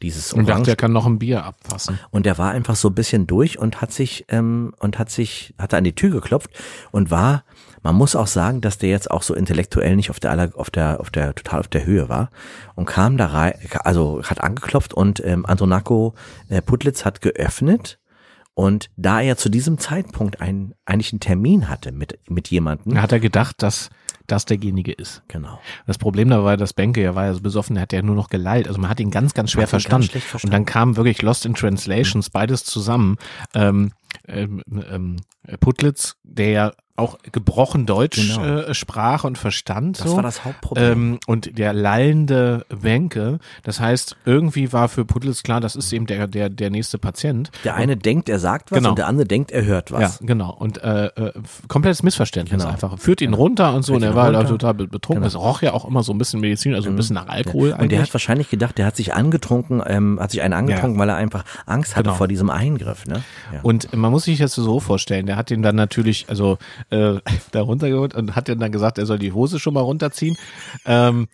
Speaker 2: Dieses
Speaker 1: Mhm. Und dachte,
Speaker 2: orange
Speaker 1: er kann noch ein Bier abfassen.
Speaker 2: und der war einfach so ein bisschen durch und hat sich ähm, und hat sich hat an die Tür geklopft und war man muss auch sagen, dass der jetzt auch so intellektuell nicht auf der aller, auf der auf der total auf der Höhe war und kam da rein also hat angeklopft und ähm, Antonako äh, Putlitz hat geöffnet und da er zu diesem Zeitpunkt einen eigentlich einen Termin hatte mit mit jemanden
Speaker 1: Da hat er gedacht, dass das derjenige ist.
Speaker 2: genau
Speaker 1: Das Problem dabei war, dass Benke, er war ja so besoffen, er hat ja nur noch geleilt. Also man hat ihn ganz, ganz schwer
Speaker 2: Hat ihn ganz
Speaker 1: verstanden.
Speaker 2: schlecht
Speaker 1: Und
Speaker 2: verstanden.
Speaker 1: dann kam wirklich Lost in Translations, beides zusammen. Ähm, ähm, ähm, Putlitz, der ja auch gebrochen Deutsch
Speaker 2: Genau.
Speaker 1: äh, sprach und verstand.
Speaker 2: das
Speaker 1: so.
Speaker 2: war das Hauptproblem
Speaker 1: Ähm, und der lallende Wenke, das heißt, irgendwie war für Putlitz klar, das ist eben der, der, der nächste Patient.
Speaker 2: der eine denkt er sagt was
Speaker 1: Genau.
Speaker 2: und der andere denkt er hört was
Speaker 1: Ja, genau. Und äh, äh, f- komplettes Missverständnis
Speaker 2: Genau.
Speaker 1: einfach. Führt ihn runter und so. und
Speaker 2: Führt
Speaker 1: er
Speaker 2: ihn
Speaker 1: war
Speaker 2: runter. Genau. Mhm.
Speaker 1: halt total be- betrunken. Es roch ja auch immer so ein bisschen Medizin, also ein bisschen nach Alkohol
Speaker 2: Und der
Speaker 1: eigentlich.
Speaker 2: hat wahrscheinlich gedacht, der hat sich angetrunken, ähm, hat sich einen angetrunken,
Speaker 1: Ja.
Speaker 2: weil er einfach Angst hatte
Speaker 1: Genau.
Speaker 2: vor diesem Eingriff. Ne? Ja.
Speaker 1: Und man muss sich das so vorstellen, der hat ihn dann natürlich, also äh, [laughs] da runtergeholt und hat ihm dann gesagt, er soll die Hose schon mal runterziehen. Ähm,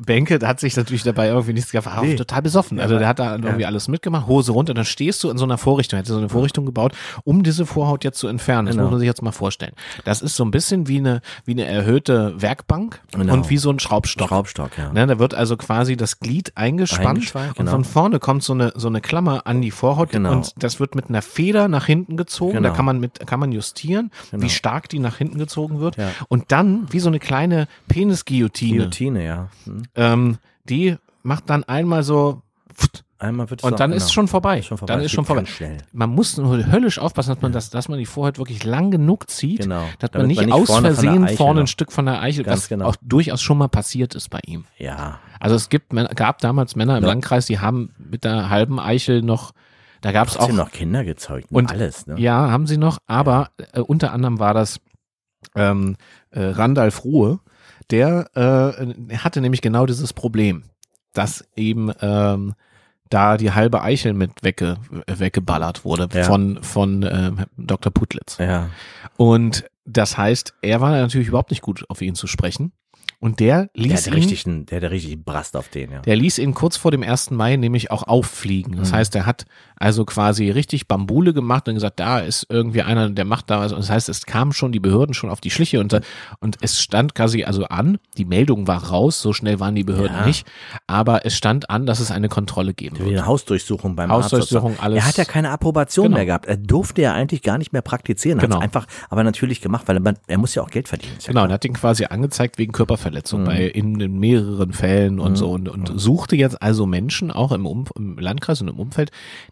Speaker 1: Benke hat sich natürlich dabei irgendwie nichts gefragt,
Speaker 2: Nee.
Speaker 1: total besoffen. Also der hat da irgendwie alles mitgemacht, Hose runter, dann stehst du in so einer Vorrichtung, hätte so eine Vorrichtung gebaut, um diese Vorhaut jetzt zu entfernen. Das
Speaker 2: Genau.
Speaker 1: muss man sich jetzt mal vorstellen. Das ist so ein bisschen wie eine, wie eine erhöhte Werkbank
Speaker 2: Genau.
Speaker 1: und wie so ein Schraubstock.
Speaker 2: Schraubstock, ja.
Speaker 1: Ne, da wird also quasi das Glied eingespannt
Speaker 2: Eingeschweißt,
Speaker 1: und
Speaker 2: genau.
Speaker 1: von vorne kommt so eine, so eine Klammer an die Vorhaut
Speaker 2: Genau.
Speaker 1: und das wird mit einer Feder nach hinten gezogen. Da
Speaker 2: Genau.
Speaker 1: kann man mit, kann man justieren, wie stark die nach hinten gezogen wird.
Speaker 2: Ja.
Speaker 1: Und dann, wie so eine kleine Penisguillotine,
Speaker 2: Guillotine, ja. Hm.
Speaker 1: ähm, die macht dann einmal so pft,
Speaker 2: Einmal wird es
Speaker 1: Und
Speaker 2: auch-
Speaker 1: dann
Speaker 2: genau.
Speaker 1: ist schon vorbei.
Speaker 2: Schon vorbei.
Speaker 1: Dann
Speaker 2: Es
Speaker 1: ist schon
Speaker 2: geht
Speaker 1: vorbei.
Speaker 2: ganz schnell.
Speaker 1: Man muss nur höllisch aufpassen, dass man, das, dass man die Vorhaut wirklich lang genug zieht,
Speaker 2: Genau.
Speaker 1: dass man
Speaker 2: Damit
Speaker 1: nicht,
Speaker 2: man nicht
Speaker 1: aus
Speaker 2: vorne von der
Speaker 1: Versehen
Speaker 2: Eichel
Speaker 1: vorne ein
Speaker 2: noch-
Speaker 1: Stück von der Eichel,
Speaker 2: Ganz
Speaker 1: was
Speaker 2: genau.
Speaker 1: auch durchaus schon mal passiert ist bei ihm.
Speaker 2: Ja.
Speaker 1: Also es gibt, Männer- gab damals Männer im
Speaker 2: Ja.
Speaker 1: Landkreis, die haben mit der halben Eichel noch, da gab es auch,
Speaker 2: Trotzdem noch Kinder gezeugt und
Speaker 1: Und-
Speaker 2: alles. Ne?
Speaker 1: ja, haben sie noch, aber äh, unter anderem war das ähm, äh, Randalf Ruhe, der äh, hatte nämlich genau dieses Problem, dass eben ähm, da die halbe Eichel mit wegge äh, weggeballert wurde
Speaker 2: Ja.
Speaker 1: von, von ähm, Dr. Putlitz.
Speaker 2: Ja.
Speaker 1: Und das heißt, er war natürlich überhaupt nicht gut auf ihn zu sprechen. Und der
Speaker 2: Der
Speaker 1: ließ
Speaker 2: hat
Speaker 1: ihn,
Speaker 2: richtig, einen- der hat richtig einen Brast auf den, ja.
Speaker 1: der ließ ihn kurz vor dem 1. Mai nämlich auch auffliegen. Das
Speaker 2: Mhm.
Speaker 1: heißt, er hat also quasi richtig Bambule gemacht und gesagt, da ist irgendwie einer, der macht da was. Und das heißt, es kamen schon die Behörden schon auf die Schliche und, und es stand quasi also an, die Meldung war raus, so schnell waren die Behörden
Speaker 2: Ja.
Speaker 1: nicht, aber es stand an, dass es eine Kontrolle geben
Speaker 2: Wie
Speaker 1: wird.
Speaker 2: eine Hausdurchsuchung beim
Speaker 1: Hausdurchsuchung,
Speaker 2: Arzt.
Speaker 1: alles.
Speaker 2: Er hat ja keine Approbation
Speaker 1: Genau.
Speaker 2: mehr gehabt. Er durfte ja eigentlich gar nicht mehr praktizieren. Hat's
Speaker 1: Genau.
Speaker 2: einfach, aber natürlich gemacht, weil man, er muss ja auch Geld verdienen. Ist ja
Speaker 1: Genau, und hat ihn quasi angezeigt wegen Körperverletzung
Speaker 2: Mhm.
Speaker 1: bei in, in mehreren Fällen und so und, und suchte jetzt also Menschen auch im, Umf im Landkreis und im Umfeld,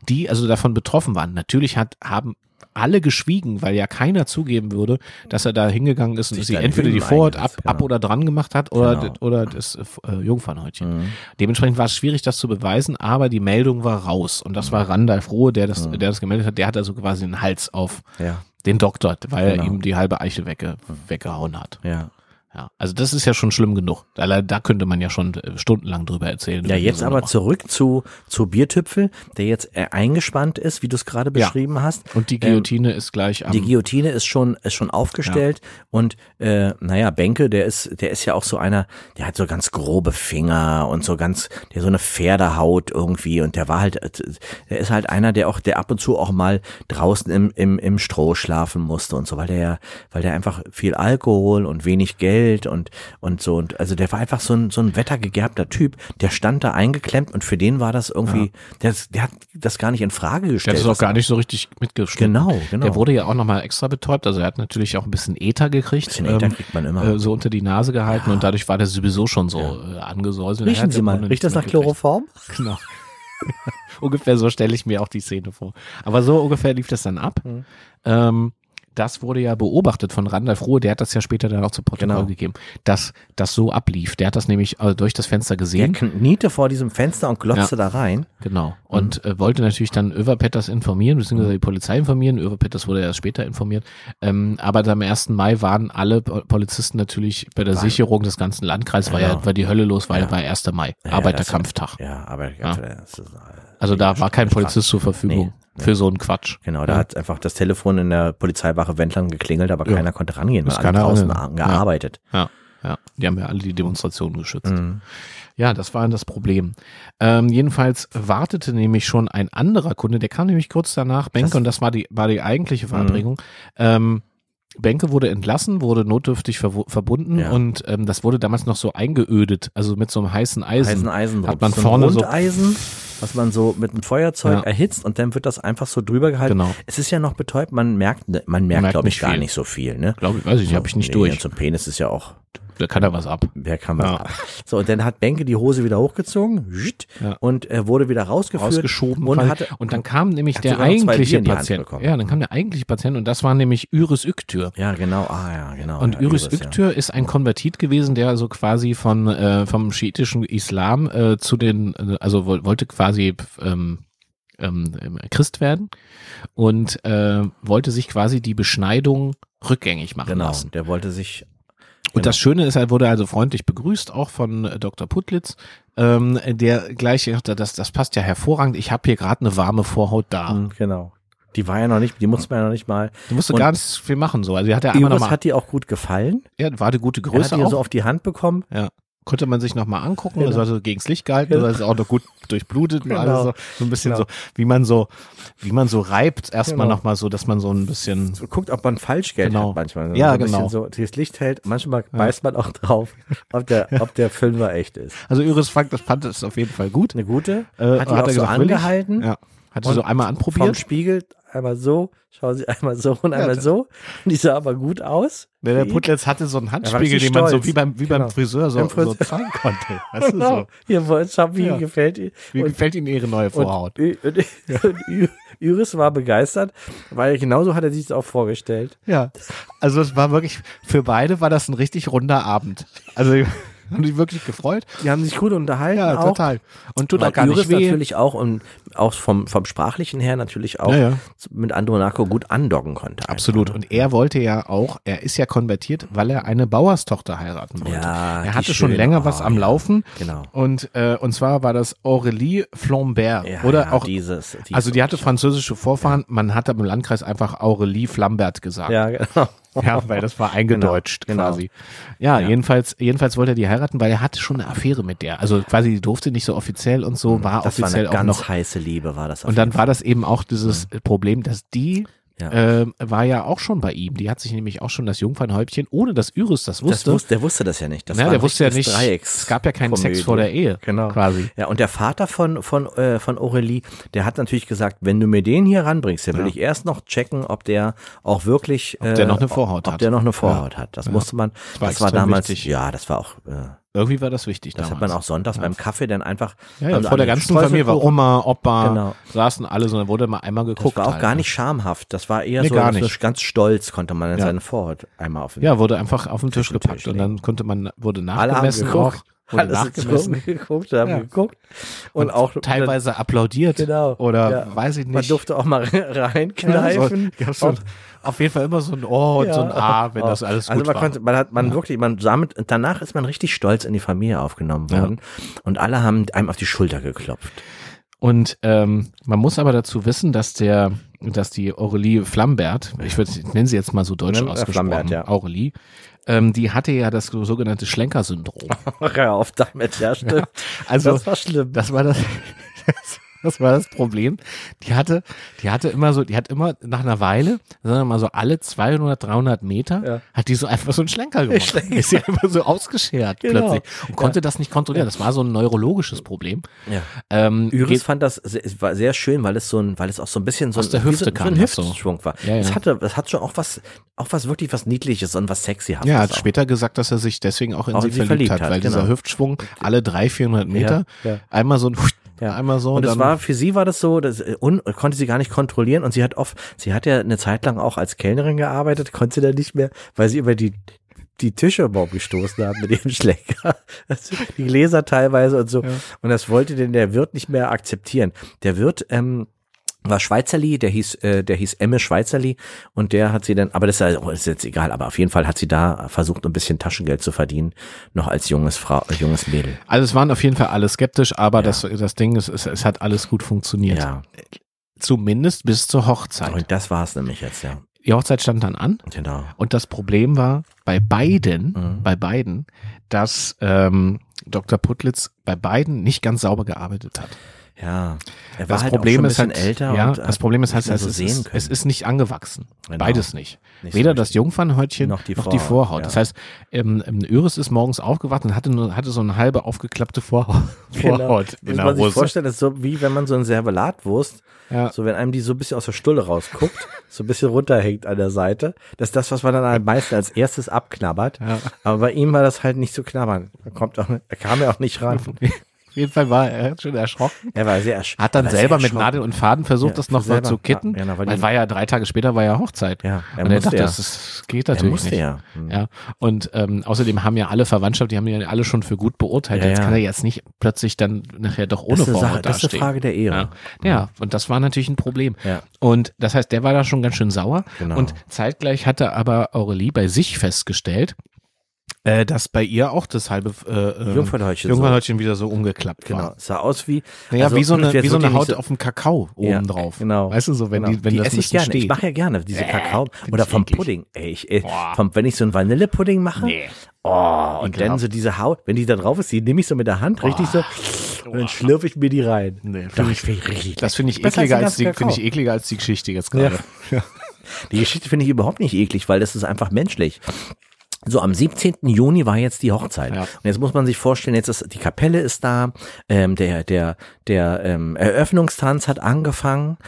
Speaker 1: die also davon betroffen waren. Natürlich hat, haben alle geschwiegen, weil ja keiner zugeben würde, dass er da hingegangen ist und
Speaker 2: Sich
Speaker 1: sie
Speaker 2: da
Speaker 1: entweder die
Speaker 2: Lügen
Speaker 1: Vorhaut ab,
Speaker 2: eingesetzt,
Speaker 1: ab
Speaker 2: genau.
Speaker 1: oder dran gemacht hat oder,
Speaker 2: Genau. Mhm.
Speaker 1: das- oder das äh, Jungfernhäutchen. Dementsprechend war es schwierig, das zu beweisen, aber die Meldung war raus und
Speaker 2: Mhm.
Speaker 1: das war Randalf Rohe, der das, der das gemeldet hat, der hat also quasi den Hals auf
Speaker 2: Ja,
Speaker 1: den Doktor, weil
Speaker 2: Genau.
Speaker 1: er ihm die halbe Eiche wegge weggehauen hat.
Speaker 2: ja.
Speaker 1: Ja, also das ist ja schon schlimm genug. Allein da könnte man ja schon äh, stundenlang drüber erzählen.
Speaker 2: Ja,
Speaker 1: Über
Speaker 2: jetzt
Speaker 1: diese
Speaker 2: aber
Speaker 1: Nummer.
Speaker 2: zurück zu, zu Biertüpfel, der jetzt äh, eingespannt ist, wie du es gerade beschrieben hast.
Speaker 1: Und die Guillotine ist gleich am.
Speaker 2: ähm, Die Guillotine ist schon, ist schon aufgestellt und äh, naja, Benke, der ist, der ist ja auch so einer, der hat so ganz grobe Finger und so ganz, der so eine Pferdehaut irgendwie und der war halt, äh, der ist halt einer, der auch, der ab und zu auch mal draußen im, im, im Stroh schlafen musste und so, weil der ja, weil der einfach viel Alkohol und wenig Geld und, und so und also der war einfach so ein, so ein wettergegerbter Typ, der stand da eingeklemmt und für den war das irgendwie, der, der hat das gar nicht in Frage
Speaker 1: der
Speaker 2: gestellt.
Speaker 1: hat es auch gar nicht so richtig mitgeschnitten.
Speaker 2: Genau, genau.
Speaker 1: Der wurde ja auch nochmal extra betäubt. Also er hat natürlich auch ein bisschen Ether gekriegt.
Speaker 2: Bisschen Ether kriegt man immer.
Speaker 1: Äh, so unter die Nase gehalten und dadurch war der sowieso schon so äh, angesäuselt. Er
Speaker 2: Riechen
Speaker 1: hat
Speaker 2: Sie
Speaker 1: im
Speaker 2: mal,
Speaker 1: Grunde
Speaker 2: riecht das
Speaker 1: nichts
Speaker 2: nach
Speaker 1: mitgekriegt.
Speaker 2: Chloroform?
Speaker 1: Genau. [laughs] ungefähr so stelle ich mir auch die Szene vor. Aber so ungefähr lief das dann ab.
Speaker 2: Mhm.
Speaker 1: Ähm, das wurde ja beobachtet von Randolph Ruhe, der hat das ja später dann auch zu Protokoll
Speaker 2: Genau.
Speaker 1: gegeben, dass das so ablief. Der hat das nämlich äh, durch das Fenster
Speaker 2: Er
Speaker 1: gesehen.
Speaker 2: kniete genau. vor diesem Fenster und glotzte da rein.
Speaker 1: Genau. Und äh, wollte natürlich dann Över Petters informieren,
Speaker 2: Mhm.
Speaker 1: beziehungsweise die Polizei informieren. Över Petters wurde erst später informiert. Ähm, aber am 1. Mai waren alle Po- Polizisten natürlich bei der Sicherung des ganzen Landkreises, war ja
Speaker 2: Genau.
Speaker 1: war die Hölle los, weil ja. war 1. Mai,
Speaker 2: Ja,
Speaker 1: Arbeiterkampftag.
Speaker 2: das- Ja, aber
Speaker 1: Ja.
Speaker 2: das ist, äh,
Speaker 1: Also da war kein
Speaker 2: Straf-
Speaker 1: Polizist zur Verfügung für so einen Quatsch.
Speaker 2: Genau, da hat einfach das Telefon in der Polizeiwache Wendland geklingelt, aber keiner konnte rangehen, weil
Speaker 1: Ist
Speaker 2: alle
Speaker 1: keiner
Speaker 2: draußen
Speaker 1: rangegangen.
Speaker 2: a- gearbeitet.
Speaker 1: Ja, ja. Die haben ja alle die Demonstrationen geschützt.
Speaker 2: Mhm.
Speaker 1: Ja, das war das Problem. Ähm, jedenfalls wartete nämlich schon ein anderer Kunde, der kam nämlich kurz danach, Benke,
Speaker 2: Das- Mhm.
Speaker 1: und das war die, war die eigentliche Verabredung. Ähm, Benke wurde entlassen, wurde notdürftig verw- verbunden
Speaker 2: Ja.
Speaker 1: und ähm, das wurde damals noch so eingeödet, also mit so einem heißen Eisen.
Speaker 2: Heißen Eisen
Speaker 1: Hat man
Speaker 2: so ein
Speaker 1: vorne so
Speaker 2: Rundeisen, was man so mit einem
Speaker 1: Ja.
Speaker 2: Feuerzeug erhitzt und dann wird das einfach so drüber gehalten.
Speaker 1: Genau.
Speaker 2: Es ist ja noch betäubt, man merkt, ne- man merkt,
Speaker 1: Merkt
Speaker 2: glaube ich,
Speaker 1: nicht
Speaker 2: gar
Speaker 1: viel.
Speaker 2: nicht so viel. Ne?
Speaker 1: glaube ich, weiß ich nicht, habe ich nicht
Speaker 2: Nee,
Speaker 1: durch.
Speaker 2: Zum Penis ist ja auch
Speaker 1: Da kann er was ab.
Speaker 2: Wer kann was
Speaker 1: Ja.
Speaker 2: ab? So, und dann hat Benke die Hose wieder hochgezogen zschütt,
Speaker 1: Ja.
Speaker 2: und er wurde wieder rausgeführt.
Speaker 1: rausgeschoben
Speaker 2: und
Speaker 1: quasi.
Speaker 2: hatte,
Speaker 1: und dann kam nämlich
Speaker 2: hat
Speaker 1: der
Speaker 2: sogar noch zwei Bier
Speaker 1: eigentliche
Speaker 2: in die Hand
Speaker 1: Patient.
Speaker 2: bekommen.
Speaker 1: Ja, dann kam der eigentliche Patient und das war nämlich Yris Üktür.
Speaker 2: Ja, genau. Ah, ja, genau.
Speaker 1: Und
Speaker 2: ja,
Speaker 1: Iris
Speaker 2: Iris, ja.
Speaker 1: Üktür ist ein Konvertit gewesen, der also quasi von äh, vom schiitischen Islam äh, zu den, äh, also woll- wollte quasi ähm, ähm, ähm, Christ werden und äh, wollte sich quasi die Beschneidung rückgängig machen
Speaker 2: Genau.
Speaker 1: lassen.
Speaker 2: Der wollte sich.
Speaker 1: Und das Schöne ist, er wurde also freundlich begrüßt, auch von äh, Dr. Putlitz, ähm, der gleich sagte, das, das passt ja hervorragend, ich habe hier gerade eine warme Vorhaut da.
Speaker 2: Hm, Genau. Die war ja noch nicht, die musste man ja noch nicht mal.
Speaker 1: Du musst
Speaker 2: Und-
Speaker 1: gar nicht viel machen so. Also er hat ja einmal
Speaker 2: Iris
Speaker 1: nochmal,
Speaker 2: hat die auch gut gefallen.
Speaker 1: ja, war eine gute
Speaker 2: Er hat
Speaker 1: Größe
Speaker 2: die
Speaker 1: auch.
Speaker 2: so auf die Hand bekommen.
Speaker 1: Ja. Konnte man sich nochmal angucken,
Speaker 2: Genau.
Speaker 1: also also gegens Licht gehalten,
Speaker 2: Genau.
Speaker 1: also ist auch noch gut durchblutet und alles so, so ein bisschen
Speaker 2: Genau.
Speaker 1: so, wie man so, wie man so reibt, erstmal
Speaker 2: Genau.
Speaker 1: noch nochmal so, dass man so ein bisschen,
Speaker 2: Guckt, ob man Falschgeld
Speaker 1: Genau.
Speaker 2: hat manchmal.
Speaker 1: Ja,
Speaker 2: ein bisschen
Speaker 1: genau.
Speaker 2: So, das Licht hält. Manchmal beißt man auch drauf, ob der, ob der Fünfer echt ist.
Speaker 1: also Iris fand das, fand das auf jeden Fall gut.
Speaker 2: Eine gute.
Speaker 1: Äh,
Speaker 2: hat die auch so
Speaker 1: will ich?
Speaker 2: angehalten.
Speaker 1: Ja. Hattest du so einmal
Speaker 2: Vom
Speaker 1: anprobiert?
Speaker 2: Spiegel einmal so, schauen sie einmal so und einmal
Speaker 1: da-
Speaker 2: so. Und die sah aber gut aus.
Speaker 1: Der,
Speaker 2: Für
Speaker 1: der
Speaker 2: ihn.
Speaker 1: Putlitz hatte so einen
Speaker 2: war
Speaker 1: Handspiegel,
Speaker 2: richtig
Speaker 1: den man so
Speaker 2: stolz.
Speaker 1: wie beim, wie
Speaker 2: Genau.
Speaker 1: beim Friseur so,
Speaker 2: Beim Friseur.
Speaker 1: so zeigen konnte. Weißt du,
Speaker 2: [laughs] Genau.
Speaker 1: so.
Speaker 2: Hier wollen schauen, wie
Speaker 1: Ja.
Speaker 2: ihm gefällt. ihr.
Speaker 1: Wie
Speaker 2: Und-
Speaker 1: gefällt Ihnen Ihre neue Vorhaut?
Speaker 2: Und, Ü- und, und Ü- Iris war begeistert, weil genauso hat er sich das auch vorgestellt.
Speaker 1: Ja, also es war wirklich, für beide war das ein richtig runder Abend. Also die [laughs] haben sich wirklich gefreut.
Speaker 2: Die haben sich gut unterhalten.
Speaker 1: Ja,
Speaker 2: auch.
Speaker 1: total. Und tut
Speaker 2: Weil
Speaker 1: auch gar
Speaker 2: Iris
Speaker 1: nicht weh.
Speaker 2: natürlich auch und auch vom, vom sprachlichen her natürlich auch
Speaker 1: Ja, ja.
Speaker 2: mit Andronaco gut andocken konnte.
Speaker 1: Absolut. Und er wollte ja auch, er ist ja konvertiert, weil er eine Bauerstochter heiraten wollte.
Speaker 2: Ja,
Speaker 1: er
Speaker 2: die
Speaker 1: hatte schon
Speaker 2: schöne-
Speaker 1: länger was
Speaker 2: oh,
Speaker 1: am
Speaker 2: ja.
Speaker 1: Laufen.
Speaker 2: Genau.
Speaker 1: Und, äh, und zwar war das Aurélie Flambert.
Speaker 2: Ja,
Speaker 1: oder
Speaker 2: ja,
Speaker 1: auch,
Speaker 2: dieses, dieses
Speaker 1: also die hatte französische Vorfahren. Man hat aber im Landkreis einfach Aurélie Flambert gesagt. [laughs]
Speaker 2: Ja, genau. [laughs]
Speaker 1: Ja, weil das war eingedeutscht
Speaker 2: Genau, genau.
Speaker 1: quasi. Ja, jedenfalls, jedenfalls wollte er die heiraten, weil er hatte schon eine Affäre mit der. Also quasi die durfte nicht so offiziell und so, war
Speaker 2: Mhm. Das war
Speaker 1: offiziell
Speaker 2: eine ganz
Speaker 1: auch noch.
Speaker 2: heiße Liebe, war das. auf
Speaker 1: Und dann
Speaker 2: jeden
Speaker 1: war das eben auch dieses Problem, dass die
Speaker 2: Ja.
Speaker 1: ähm, war ja auch schon bei ihm. Die hat sich nämlich auch schon das Jungfernhäubchen, ohne dass Iris das
Speaker 2: Das
Speaker 1: wusste.
Speaker 2: wusste, der wusste das ja nicht. Das
Speaker 1: ne,
Speaker 2: war
Speaker 1: der
Speaker 2: ein
Speaker 1: wusste ja nicht,
Speaker 2: richtiges Dreiecks
Speaker 1: es gab ja keinen Sex
Speaker 2: Komödie.
Speaker 1: vor der Ehe
Speaker 2: Genau.
Speaker 1: quasi.
Speaker 2: Ja, und der Vater von, von, äh, von Aurelie, der hat natürlich gesagt, wenn du mir den hier ranbringst, dann will ich erst noch checken, ob der auch wirklich. Ob
Speaker 1: der noch eine Vorhaut
Speaker 2: ob
Speaker 1: hat.
Speaker 2: der noch eine Vorhaut hat. Das musste man. Das war,
Speaker 1: war extrem
Speaker 2: damals.
Speaker 1: wichtig.
Speaker 2: Ja, das war auch. Äh,
Speaker 1: Irgendwie war das wichtig
Speaker 2: das hat
Speaker 1: damals.
Speaker 2: man auch sonntags beim Kaffee dann einfach. also
Speaker 1: ja, ja,
Speaker 2: haben sie
Speaker 1: vor der
Speaker 2: alle
Speaker 1: ganzen Familie war
Speaker 2: Streuselkuchen-
Speaker 1: Oma, Opa,
Speaker 2: Genau.
Speaker 1: saßen alle, sondern wurde mal einmal
Speaker 2: Das
Speaker 1: geguckt.
Speaker 2: war auch
Speaker 1: halt,
Speaker 2: gar
Speaker 1: ne?
Speaker 2: nicht schamhaft. Das war eher
Speaker 1: Nee,
Speaker 2: so,
Speaker 1: gar
Speaker 2: dass man
Speaker 1: nicht.
Speaker 2: ganz stolz konnte man dann seine Vorhaut einmal auf den
Speaker 1: Ja, wurde einfach auf den Tisch
Speaker 2: den
Speaker 1: gepackt
Speaker 2: Tisch
Speaker 1: und dann konnte man, wurde
Speaker 2: Alle haben
Speaker 1: nachgemessen
Speaker 2: geguckt.
Speaker 1: auch. Wurde
Speaker 2: Alle sind
Speaker 1: nachgemessen.
Speaker 2: [laughs] geguckt, haben
Speaker 1: Ja.
Speaker 2: geguckt. Und, auch
Speaker 1: Teilweise applaudiert.
Speaker 2: Genau.
Speaker 1: Oder
Speaker 2: Ja.
Speaker 1: weiß ich nicht.
Speaker 2: Man durfte auch mal [laughs] reinkneifen.
Speaker 1: Ja, so, [laughs] gab's so ein, auf jeden Fall immer so ein Oh und so ein A, wenn das alles gut
Speaker 2: also man
Speaker 1: war.
Speaker 2: Konnte, man hat man wirklich, man sah mit, und danach ist man richtig stolz in die Familie aufgenommen worden und alle haben einem auf die Schulter geklopft. [laughs]
Speaker 1: und ähm, man muss aber dazu wissen, dass der, dass die Aurelie Flambert, ich würde nenne sie jetzt mal so deutsch
Speaker 2: Ja,
Speaker 1: ausgesprochen,
Speaker 2: Flambert, Äh, ja.
Speaker 1: Aurelie, ähm, die hatte ja das so- sogenannte Schlenker-Syndrom.
Speaker 2: [laughs] Hör auf damit,
Speaker 1: [laughs]
Speaker 2: ja stimmt.
Speaker 1: Also
Speaker 2: das war schlimm.
Speaker 1: Das war das, [laughs] das, das war das Problem. Die hatte, die hatte immer so, die hat immer nach einer Weile, sagen wir mal so alle 200, 300 Meter,
Speaker 2: Ja.
Speaker 1: hat die so einfach so einen Schlenker gemacht.
Speaker 2: [laughs] Schlenker.
Speaker 1: Ist ja immer so ausgeschert
Speaker 2: Genau.
Speaker 1: plötzlich und konnte das nicht kontrollieren. Das war so ein neurologisches Problem.
Speaker 2: ja.
Speaker 1: Ähm,
Speaker 2: Üris
Speaker 1: geht-
Speaker 2: fand das sehr, es war sehr schön, weil es so ein, weil es auch so ein bisschen so
Speaker 1: Aus
Speaker 2: ein,
Speaker 1: der
Speaker 2: wie
Speaker 1: Hüfte
Speaker 2: so,
Speaker 1: kam
Speaker 2: so ein
Speaker 1: das so.
Speaker 2: Hüftschwung war.
Speaker 1: Ja, ja.
Speaker 2: Es hatte, es hat schon auch was, auch was wirklich was Niedliches und was Sexyhaftes.
Speaker 1: ja, hat
Speaker 2: auch.
Speaker 1: später gesagt, dass er sich deswegen auch in
Speaker 2: Auch
Speaker 1: sie, verliebt, hat, weil
Speaker 2: genau.
Speaker 1: dieser Hüftschwung alle 300, 400 Meter,
Speaker 2: ja.
Speaker 1: einmal so ein,
Speaker 2: Ja.
Speaker 1: einmal so.
Speaker 2: Und es
Speaker 1: dann-
Speaker 2: war für sie war das so, das äh, un, konnte sie gar nicht kontrollieren und sie hat oft, sie hat ja eine Zeit lang auch als Kellnerin gearbeitet, [laughs] konnte sie dann nicht mehr, weil sie über die die Tische überhaupt gestoßen haben mit ihrem [laughs] Schläger. Also die Gläser teilweise und so. Und das wollte denn der Wirt nicht mehr akzeptieren. Der Wirt ähm, war Schweizerli, der hieß, äh, der hieß Emme Schweizerli und der hat sie dann, aber das ist, ja- oh, ist jetzt egal, aber auf jeden Fall hat sie da versucht, ein bisschen Taschengeld zu verdienen, noch als junges Frau, äh, junges Mädel.
Speaker 1: also es waren auf jeden Fall alle skeptisch, aber das, das Ding ist, es, es hat alles gut funktioniert.
Speaker 2: Ja.
Speaker 1: Zumindest bis zur Hochzeit.
Speaker 2: Und das war es nämlich jetzt, ja.
Speaker 1: die Hochzeit stand dann an
Speaker 2: Genau.
Speaker 1: und das Problem war bei beiden,
Speaker 2: Mhm.
Speaker 1: bei beiden, dass ähm, Dr. Putlitz bei beiden nicht ganz sauber gearbeitet hat.
Speaker 2: Ja. Er
Speaker 1: Das
Speaker 2: war halt
Speaker 1: Problem
Speaker 2: auch schon ein
Speaker 1: ist
Speaker 2: bisschen
Speaker 1: halt,
Speaker 2: älter.
Speaker 1: ja,
Speaker 2: und
Speaker 1: das
Speaker 2: hat
Speaker 1: Problem ist
Speaker 2: nicht
Speaker 1: halt,
Speaker 2: mehr
Speaker 1: es,
Speaker 2: so
Speaker 1: ist-
Speaker 2: sehen können.
Speaker 1: es ist nicht angewachsen.
Speaker 2: Genau.
Speaker 1: Beides nicht.
Speaker 2: Nicht so
Speaker 1: Weder
Speaker 2: richtig.
Speaker 1: das Jungfernhäutchen
Speaker 2: Noch
Speaker 1: noch
Speaker 2: die
Speaker 1: die
Speaker 2: Vorhaut,
Speaker 1: Vorhaut.
Speaker 2: ja.
Speaker 1: Das heißt, ähm, ähm, Iris ist morgens aufgewacht und hatte, nur, hatte so eine halbe aufgeklappte Vorhaut, Vorhaut
Speaker 2: Genau.
Speaker 1: Genau,
Speaker 2: Muss man sich vorstellen, das ist so wie wenn man so ein Servelatwurst,
Speaker 1: Ja.
Speaker 2: so wenn einem die so ein bisschen aus der Stulle
Speaker 1: [laughs]
Speaker 2: rausguckt, so ein bisschen runterhängt an der Seite, das ist das, was man dann am meisten als erstes abknabbert. Aber bei ihm war das halt nicht zu knabbern. Er, kommt auch, er kam ja auch nicht
Speaker 1: [laughs]
Speaker 2: ran.
Speaker 1: [laughs] Auf jeden Fall war er schon erschrocken.
Speaker 2: Er war sehr ersch-
Speaker 1: Hat dann
Speaker 2: er war
Speaker 1: selber
Speaker 2: sehr
Speaker 1: mit Nadel und Faden versucht,
Speaker 2: Ja,
Speaker 1: das noch
Speaker 2: selber.
Speaker 1: mal zu kitten.
Speaker 2: Ja, genau, weil
Speaker 1: weil
Speaker 2: die-
Speaker 1: war ja drei Tage später war ja Hochzeit.
Speaker 2: Ja, er
Speaker 1: und er
Speaker 2: musste
Speaker 1: dachte,
Speaker 2: ja.
Speaker 1: das, ist, geht natürlich
Speaker 2: musste
Speaker 1: nicht.
Speaker 2: ja. Hm.
Speaker 1: ja. Und ähm, außerdem haben ja alle Verwandtschaft, die haben ja alle schon für gut beurteilt.
Speaker 2: Ja,
Speaker 1: jetzt
Speaker 2: ja.
Speaker 1: kann er jetzt nicht plötzlich dann nachher doch ohne
Speaker 2: Das ist eine
Speaker 1: Vorhaut
Speaker 2: Sache, das
Speaker 1: dastehen.
Speaker 2: ist eine Frage der Ehre.
Speaker 1: ja. ja, und das war natürlich ein Problem.
Speaker 2: Ja.
Speaker 1: Und das heißt, der war da schon ganz schön sauer.
Speaker 2: Genau.
Speaker 1: Und zeitgleich hatte aber Aurelie bei sich festgestellt, äh, dass bei ihr auch das halbe äh, ähm,
Speaker 2: Jungfernhäutchen so-
Speaker 1: Jungfernhäutchen wieder so umgeklappt war.
Speaker 2: Genau. Es sah aus wie.
Speaker 1: Naja,
Speaker 2: also,
Speaker 1: wie so eine,
Speaker 2: jetzt
Speaker 1: wie so
Speaker 2: wird
Speaker 1: eine
Speaker 2: die nicht
Speaker 1: Haut auf dem Kakao oben
Speaker 2: Ja,
Speaker 1: drauf.
Speaker 2: Genau.
Speaker 1: Weißt du so, wenn,
Speaker 2: genau.
Speaker 1: die, wenn das
Speaker 2: esse
Speaker 1: nicht
Speaker 2: ich gerne.
Speaker 1: steht.
Speaker 2: Ich mache ja gerne diese Kakao
Speaker 1: find
Speaker 2: oder
Speaker 1: ich
Speaker 2: vom
Speaker 1: eklig.
Speaker 2: Pudding. Ey, ich, äh, vom, wenn ich so einen Vanillepudding mache,
Speaker 1: Nee.
Speaker 2: oh, und dann so diese Haut, wenn die da drauf ist, die nehme ich so mit der Hand richtig so und dann schlürfe ich mir die rein.
Speaker 1: Nee,
Speaker 2: Doch,
Speaker 1: find
Speaker 2: ich finde richtig.
Speaker 1: das finde ich,
Speaker 2: Besser als
Speaker 1: ekliger
Speaker 2: den
Speaker 1: als die,
Speaker 2: ganzen
Speaker 1: finde ich
Speaker 2: Kakao.
Speaker 1: ekliger als die [laughs] Geschichte jetzt gerade.
Speaker 2: Die Geschichte finde ich überhaupt nicht eklig, weil das ist einfach menschlich. So, am 17. Juni war jetzt die Hochzeit.
Speaker 1: Ja.
Speaker 2: Und jetzt muss man sich vorstellen, jetzt ist die Kapelle ist da, ähm, der, der, der ähm, Eröffnungstanz hat angefangen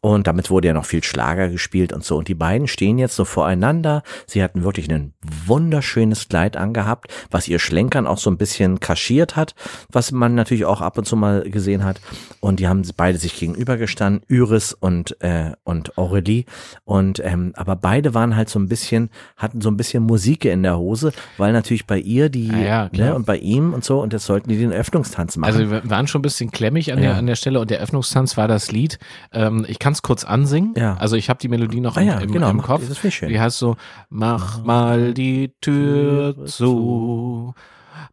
Speaker 2: und damit wurde ja noch viel Schlager gespielt und so. Und die beiden stehen jetzt so voreinander. Sie hatten wirklich ein wunderschönes Kleid angehabt, was ihr Schlenkern auch so ein bisschen kaschiert hat, was man natürlich auch ab und zu mal gesehen hat. Und die haben beide sich gegenübergestanden, Iris und, äh, und Aurelie. Und ähm, aber beide waren halt so ein bisschen, hatten so ein bisschen Musik in der Hose, weil natürlich bei ihr die
Speaker 1: Ah ja, klar.
Speaker 2: ne, und bei ihm und so, und jetzt sollten die den Öffnungstanz machen.
Speaker 1: Also wir waren schon ein bisschen klemmig an,
Speaker 2: Ja.
Speaker 1: der, an der Stelle und der Öffnungstanz war das Lied. Ähm, ich kann es kurz ansingen.
Speaker 2: Ja.
Speaker 1: Also ich habe die Melodie noch
Speaker 2: Ah
Speaker 1: im,
Speaker 2: ja,
Speaker 1: im,
Speaker 2: genau,
Speaker 1: im
Speaker 2: mach-
Speaker 1: Kopf.
Speaker 2: das finde ich schön.
Speaker 1: Die heißt so, mach mal die Tür zu,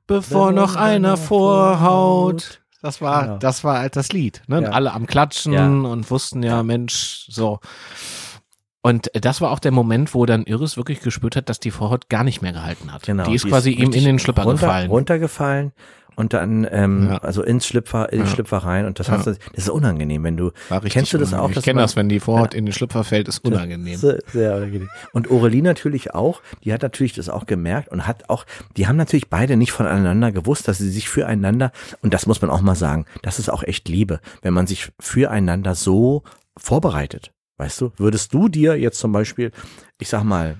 Speaker 1: bevor noch einer vorhaut. Das war,
Speaker 2: Genau.
Speaker 1: das war halt das Lied. Ne?
Speaker 2: Ja.
Speaker 1: Alle am Klatschen
Speaker 2: Ja.
Speaker 1: und wussten ja, Mensch, so. Und das war auch der Moment, wo dann Iris wirklich gespürt hat, dass die Vorhaut gar nicht mehr gehalten hat.
Speaker 2: Genau,
Speaker 1: die ist quasi ihm in
Speaker 2: richtig
Speaker 1: den Schlüpper
Speaker 2: runter,
Speaker 1: gefallen.
Speaker 2: Runtergefallen und dann, ähm,
Speaker 1: Ja.
Speaker 2: also ins Schlüpfer, in den Schlüpfer rein und das hast du, das ist unangenehm, wenn du,
Speaker 1: War richtig
Speaker 2: kennst du das
Speaker 1: unangenehm.
Speaker 2: auch?
Speaker 1: Ich kenne
Speaker 2: man-
Speaker 1: das, wenn die Vorhaut in den Schlüpfer fällt, ist unangenehm.
Speaker 2: Sehr, sehr unangenehm. Und Aurelie natürlich auch, die hat natürlich das auch gemerkt und hat auch, die haben natürlich beide nicht voneinander gewusst, dass sie sich füreinander, und das muss man auch mal sagen, das ist auch echt Liebe, wenn man sich füreinander so vorbereitet. Weißt du, würdest du dir jetzt zum Beispiel, ich sag mal,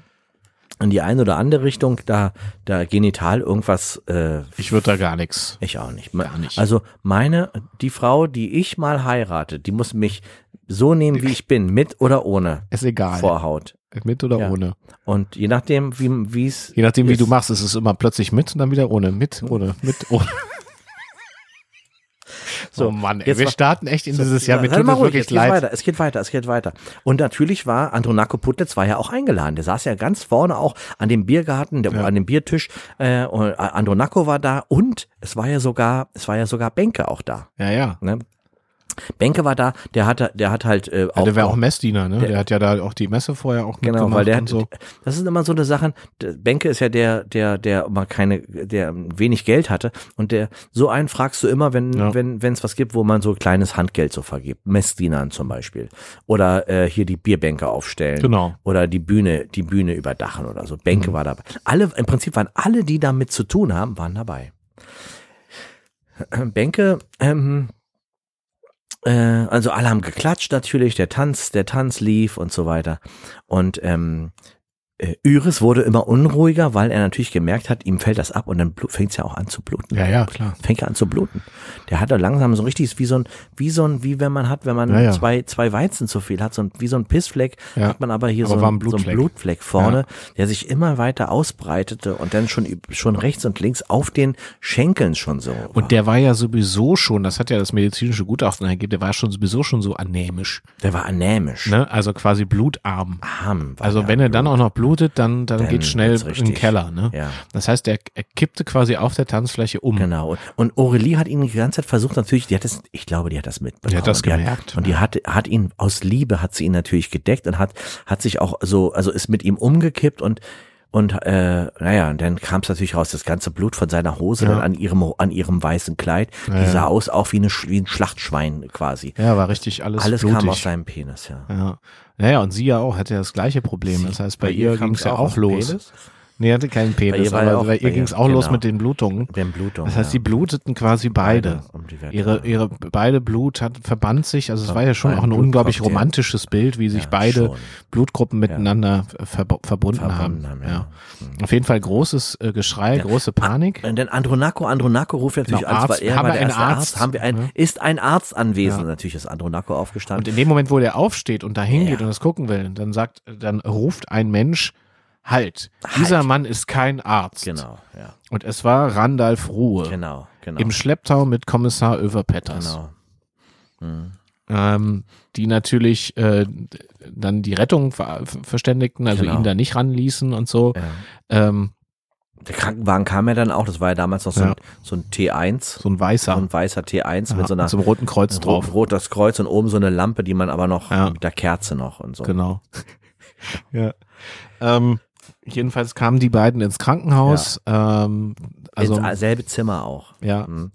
Speaker 2: in die eine oder andere Richtung da, da genital irgendwas äh,
Speaker 1: Ich würde da gar nichts.
Speaker 2: ich auch nicht.
Speaker 1: Gar nicht.
Speaker 2: Also meine, die Frau, die ich mal heirate, die muss mich so nehmen, wie ich bin, mit oder ohne
Speaker 1: Ist egal.
Speaker 2: Vorhaut.
Speaker 1: Mit oder
Speaker 2: Ja.
Speaker 1: ohne.
Speaker 2: Und je nachdem, wie es.
Speaker 1: Je nachdem, wie du machst, ist es immer plötzlich mit und dann wieder ohne. Mit, ohne,
Speaker 2: [laughs]
Speaker 1: mit, ohne. So, Mann, ey,
Speaker 2: jetzt
Speaker 1: wir
Speaker 2: wa-
Speaker 1: starten echt in dieses Jahr. Mir
Speaker 2: Warte
Speaker 1: tut
Speaker 2: mal
Speaker 1: es
Speaker 2: ruhig,
Speaker 1: wirklich
Speaker 2: es geht
Speaker 1: leid.
Speaker 2: weiter, es geht weiter, es geht weiter. Und natürlich war Andronako Putlitz war ja auch eingeladen. Der saß ja ganz vorne auch an dem Biergarten, der, an dem Biertisch. Äh, und Andronako war da und es war ja sogar, es war ja sogar Benke auch da.
Speaker 1: Ja, ja.
Speaker 2: Ne? Benke war da, der hat, der hat halt äh,
Speaker 1: ja der wäre auch Messdiener, ne? Der, hat ja da auch die Messe vorher auch
Speaker 2: Genau,
Speaker 1: mitgemacht
Speaker 2: weil der
Speaker 1: und
Speaker 2: hat,
Speaker 1: so.
Speaker 2: das sind immer so eine Sachen. der Benke ist ja der, der, der mal keine, der wenig Geld hatte und der so einen fragst du immer, wenn,
Speaker 1: Ja.
Speaker 2: wenn, wenn es was gibt, wo man so kleines Handgeld so vergibt, Messdienern zum Beispiel oder äh, hier die Bierbänke aufstellen
Speaker 1: Genau.
Speaker 2: oder die Bühne, die Bühne überdachen oder so. Benke war dabei. Alle, im Prinzip waren alle, die damit zu tun haben, waren dabei. [clears throat] Benke, ähm, äh, also alle haben geklatscht natürlich, der Tanz, der Tanz lief und so weiter. Und ähm, äh, Iris wurde immer unruhiger, weil er natürlich gemerkt hat, ihm fällt das ab und dann fängt es ja auch an zu bluten
Speaker 1: Ja, ja, klar.
Speaker 2: fängt er an zu bluten. Der hat da langsam so richtig, wie so ein, wie so ein, wie wenn man hat, wenn man
Speaker 1: Ja, ja.
Speaker 2: zwei, zwei Weizen zu viel hat, so ein, wie so ein Pissfleck,
Speaker 1: Ja.
Speaker 2: hat man aber hier
Speaker 1: Aber
Speaker 2: so,
Speaker 1: war
Speaker 2: ein,
Speaker 1: ein
Speaker 2: so einen
Speaker 1: Blutfleck.
Speaker 2: Blutfleck vorne, der sich immer weiter ausbreitete und dann schon, üb- schon rechts und links auf den Schenkeln schon so. war.
Speaker 1: Und der war ja sowieso schon, das hat ja das medizinische Gutachten ergeben, der war schon sowieso schon so anämisch.
Speaker 2: der war anämisch.
Speaker 1: Ne? Also quasi blutarm.
Speaker 2: Arm war
Speaker 1: Also
Speaker 2: der.
Speaker 1: wenn er dann auch noch blutet, dann, dann, geht's schnell
Speaker 2: wird's
Speaker 1: in den
Speaker 2: richtig.
Speaker 1: Keller. Ne?
Speaker 2: Ja.
Speaker 1: Das heißt, er, er kippte quasi auf der Tanzfläche um.
Speaker 2: Genau. Und, und Aurelie hat ihn die ganze Zeit versucht, natürlich, die hat das, ich glaube, die hat das mitbekommen.
Speaker 1: Die hat das
Speaker 2: Und die
Speaker 1: gemerkt.
Speaker 2: und die hat, hat ihn, aus Liebe hat sie ihn natürlich gedeckt und hat, hat sich auch so, also ist mit ihm umgekippt und, und äh, naja, und dann kam es natürlich raus, das ganze Blut von seiner Hose dann an ihrem, an ihrem weißen Kleid, die sah aus auch wie, eine, Sch- wie ein Schlachtschwein quasi.
Speaker 1: Ja, war richtig alles,
Speaker 2: Alles
Speaker 1: blutig.
Speaker 2: kam aus seinem Penis, ja.
Speaker 1: ja. Naja, und sie ja auch, hatte ja das gleiche Problem. Das heißt, bei, ihr
Speaker 2: kam's
Speaker 1: ging's ja
Speaker 2: aus
Speaker 1: auch
Speaker 2: dem
Speaker 1: los.
Speaker 2: Penis,
Speaker 1: Nee, hatte keinen Penis,
Speaker 2: war
Speaker 1: aber
Speaker 2: ja auch-
Speaker 1: bei
Speaker 2: bei
Speaker 1: ihr
Speaker 2: ihr,
Speaker 1: ging's auch los
Speaker 2: genau.
Speaker 1: mit den Blutungen.
Speaker 2: Mit den Blutungen,
Speaker 1: Das heißt,
Speaker 2: ja.
Speaker 1: sie bluteten quasi beide.
Speaker 2: Beide, um die Wette,
Speaker 1: ihre, ihre beide Blut hat verband sich. Also es war ja schon
Speaker 2: ein
Speaker 1: auch ein unglaublich
Speaker 2: Blutcocktail.
Speaker 1: romantisches Bild, wie sich beide
Speaker 2: schon.
Speaker 1: Blutgruppen miteinander verb verbunden,
Speaker 2: Verbunden
Speaker 1: haben.
Speaker 2: haben, ja.
Speaker 1: ja. Auf jeden Fall großes äh, Geschrei, große Panik.
Speaker 2: Denn Andronaco, Andronaco ruft natürlich
Speaker 1: Genau, Arzt.
Speaker 2: an, weil er
Speaker 1: Haben
Speaker 2: war
Speaker 1: wir
Speaker 2: der
Speaker 1: einen
Speaker 2: erste Arzt.
Speaker 1: Arzt?
Speaker 2: Haben wir ein, Ist ein Arzt anwesend? Natürlich ist Andronaco aufgestanden.
Speaker 1: Und in dem Moment, wo der aufsteht und da hingeht
Speaker 2: Ja.
Speaker 1: und das gucken will, dann sagt, dann ruft ein Mensch, halt, dieser Mann ist kein Arzt.
Speaker 2: Genau, ja.
Speaker 1: Und es war Randalf Ruhe.
Speaker 2: Genau, genau.
Speaker 1: Im Schlepptau mit Kommissar Överpetters,
Speaker 2: genau.
Speaker 1: ähm, die natürlich äh, dann die Rettung ver verständigten, also
Speaker 2: Genau.
Speaker 1: ihn da nicht ranließen und so. Ähm,
Speaker 2: Der Krankenwagen kam ja dann auch, das war ja damals noch so, ein,
Speaker 1: Ja.
Speaker 2: so ein T1,
Speaker 1: so ein weißer
Speaker 2: so ein weißer T1 mit so
Speaker 1: ja,
Speaker 2: einer
Speaker 1: mit so einem roten Kreuz drauf.
Speaker 2: rot, rot das Kreuz und oben so eine Lampe, die man aber noch
Speaker 1: Ja.
Speaker 2: mit der Kerze noch und so. [laughs]
Speaker 1: Genau. ja. Ähm, jedenfalls kamen die beiden ins Krankenhaus. Ähm, also
Speaker 2: Ins selbe Zimmer auch.
Speaker 1: ja,
Speaker 2: Mhm.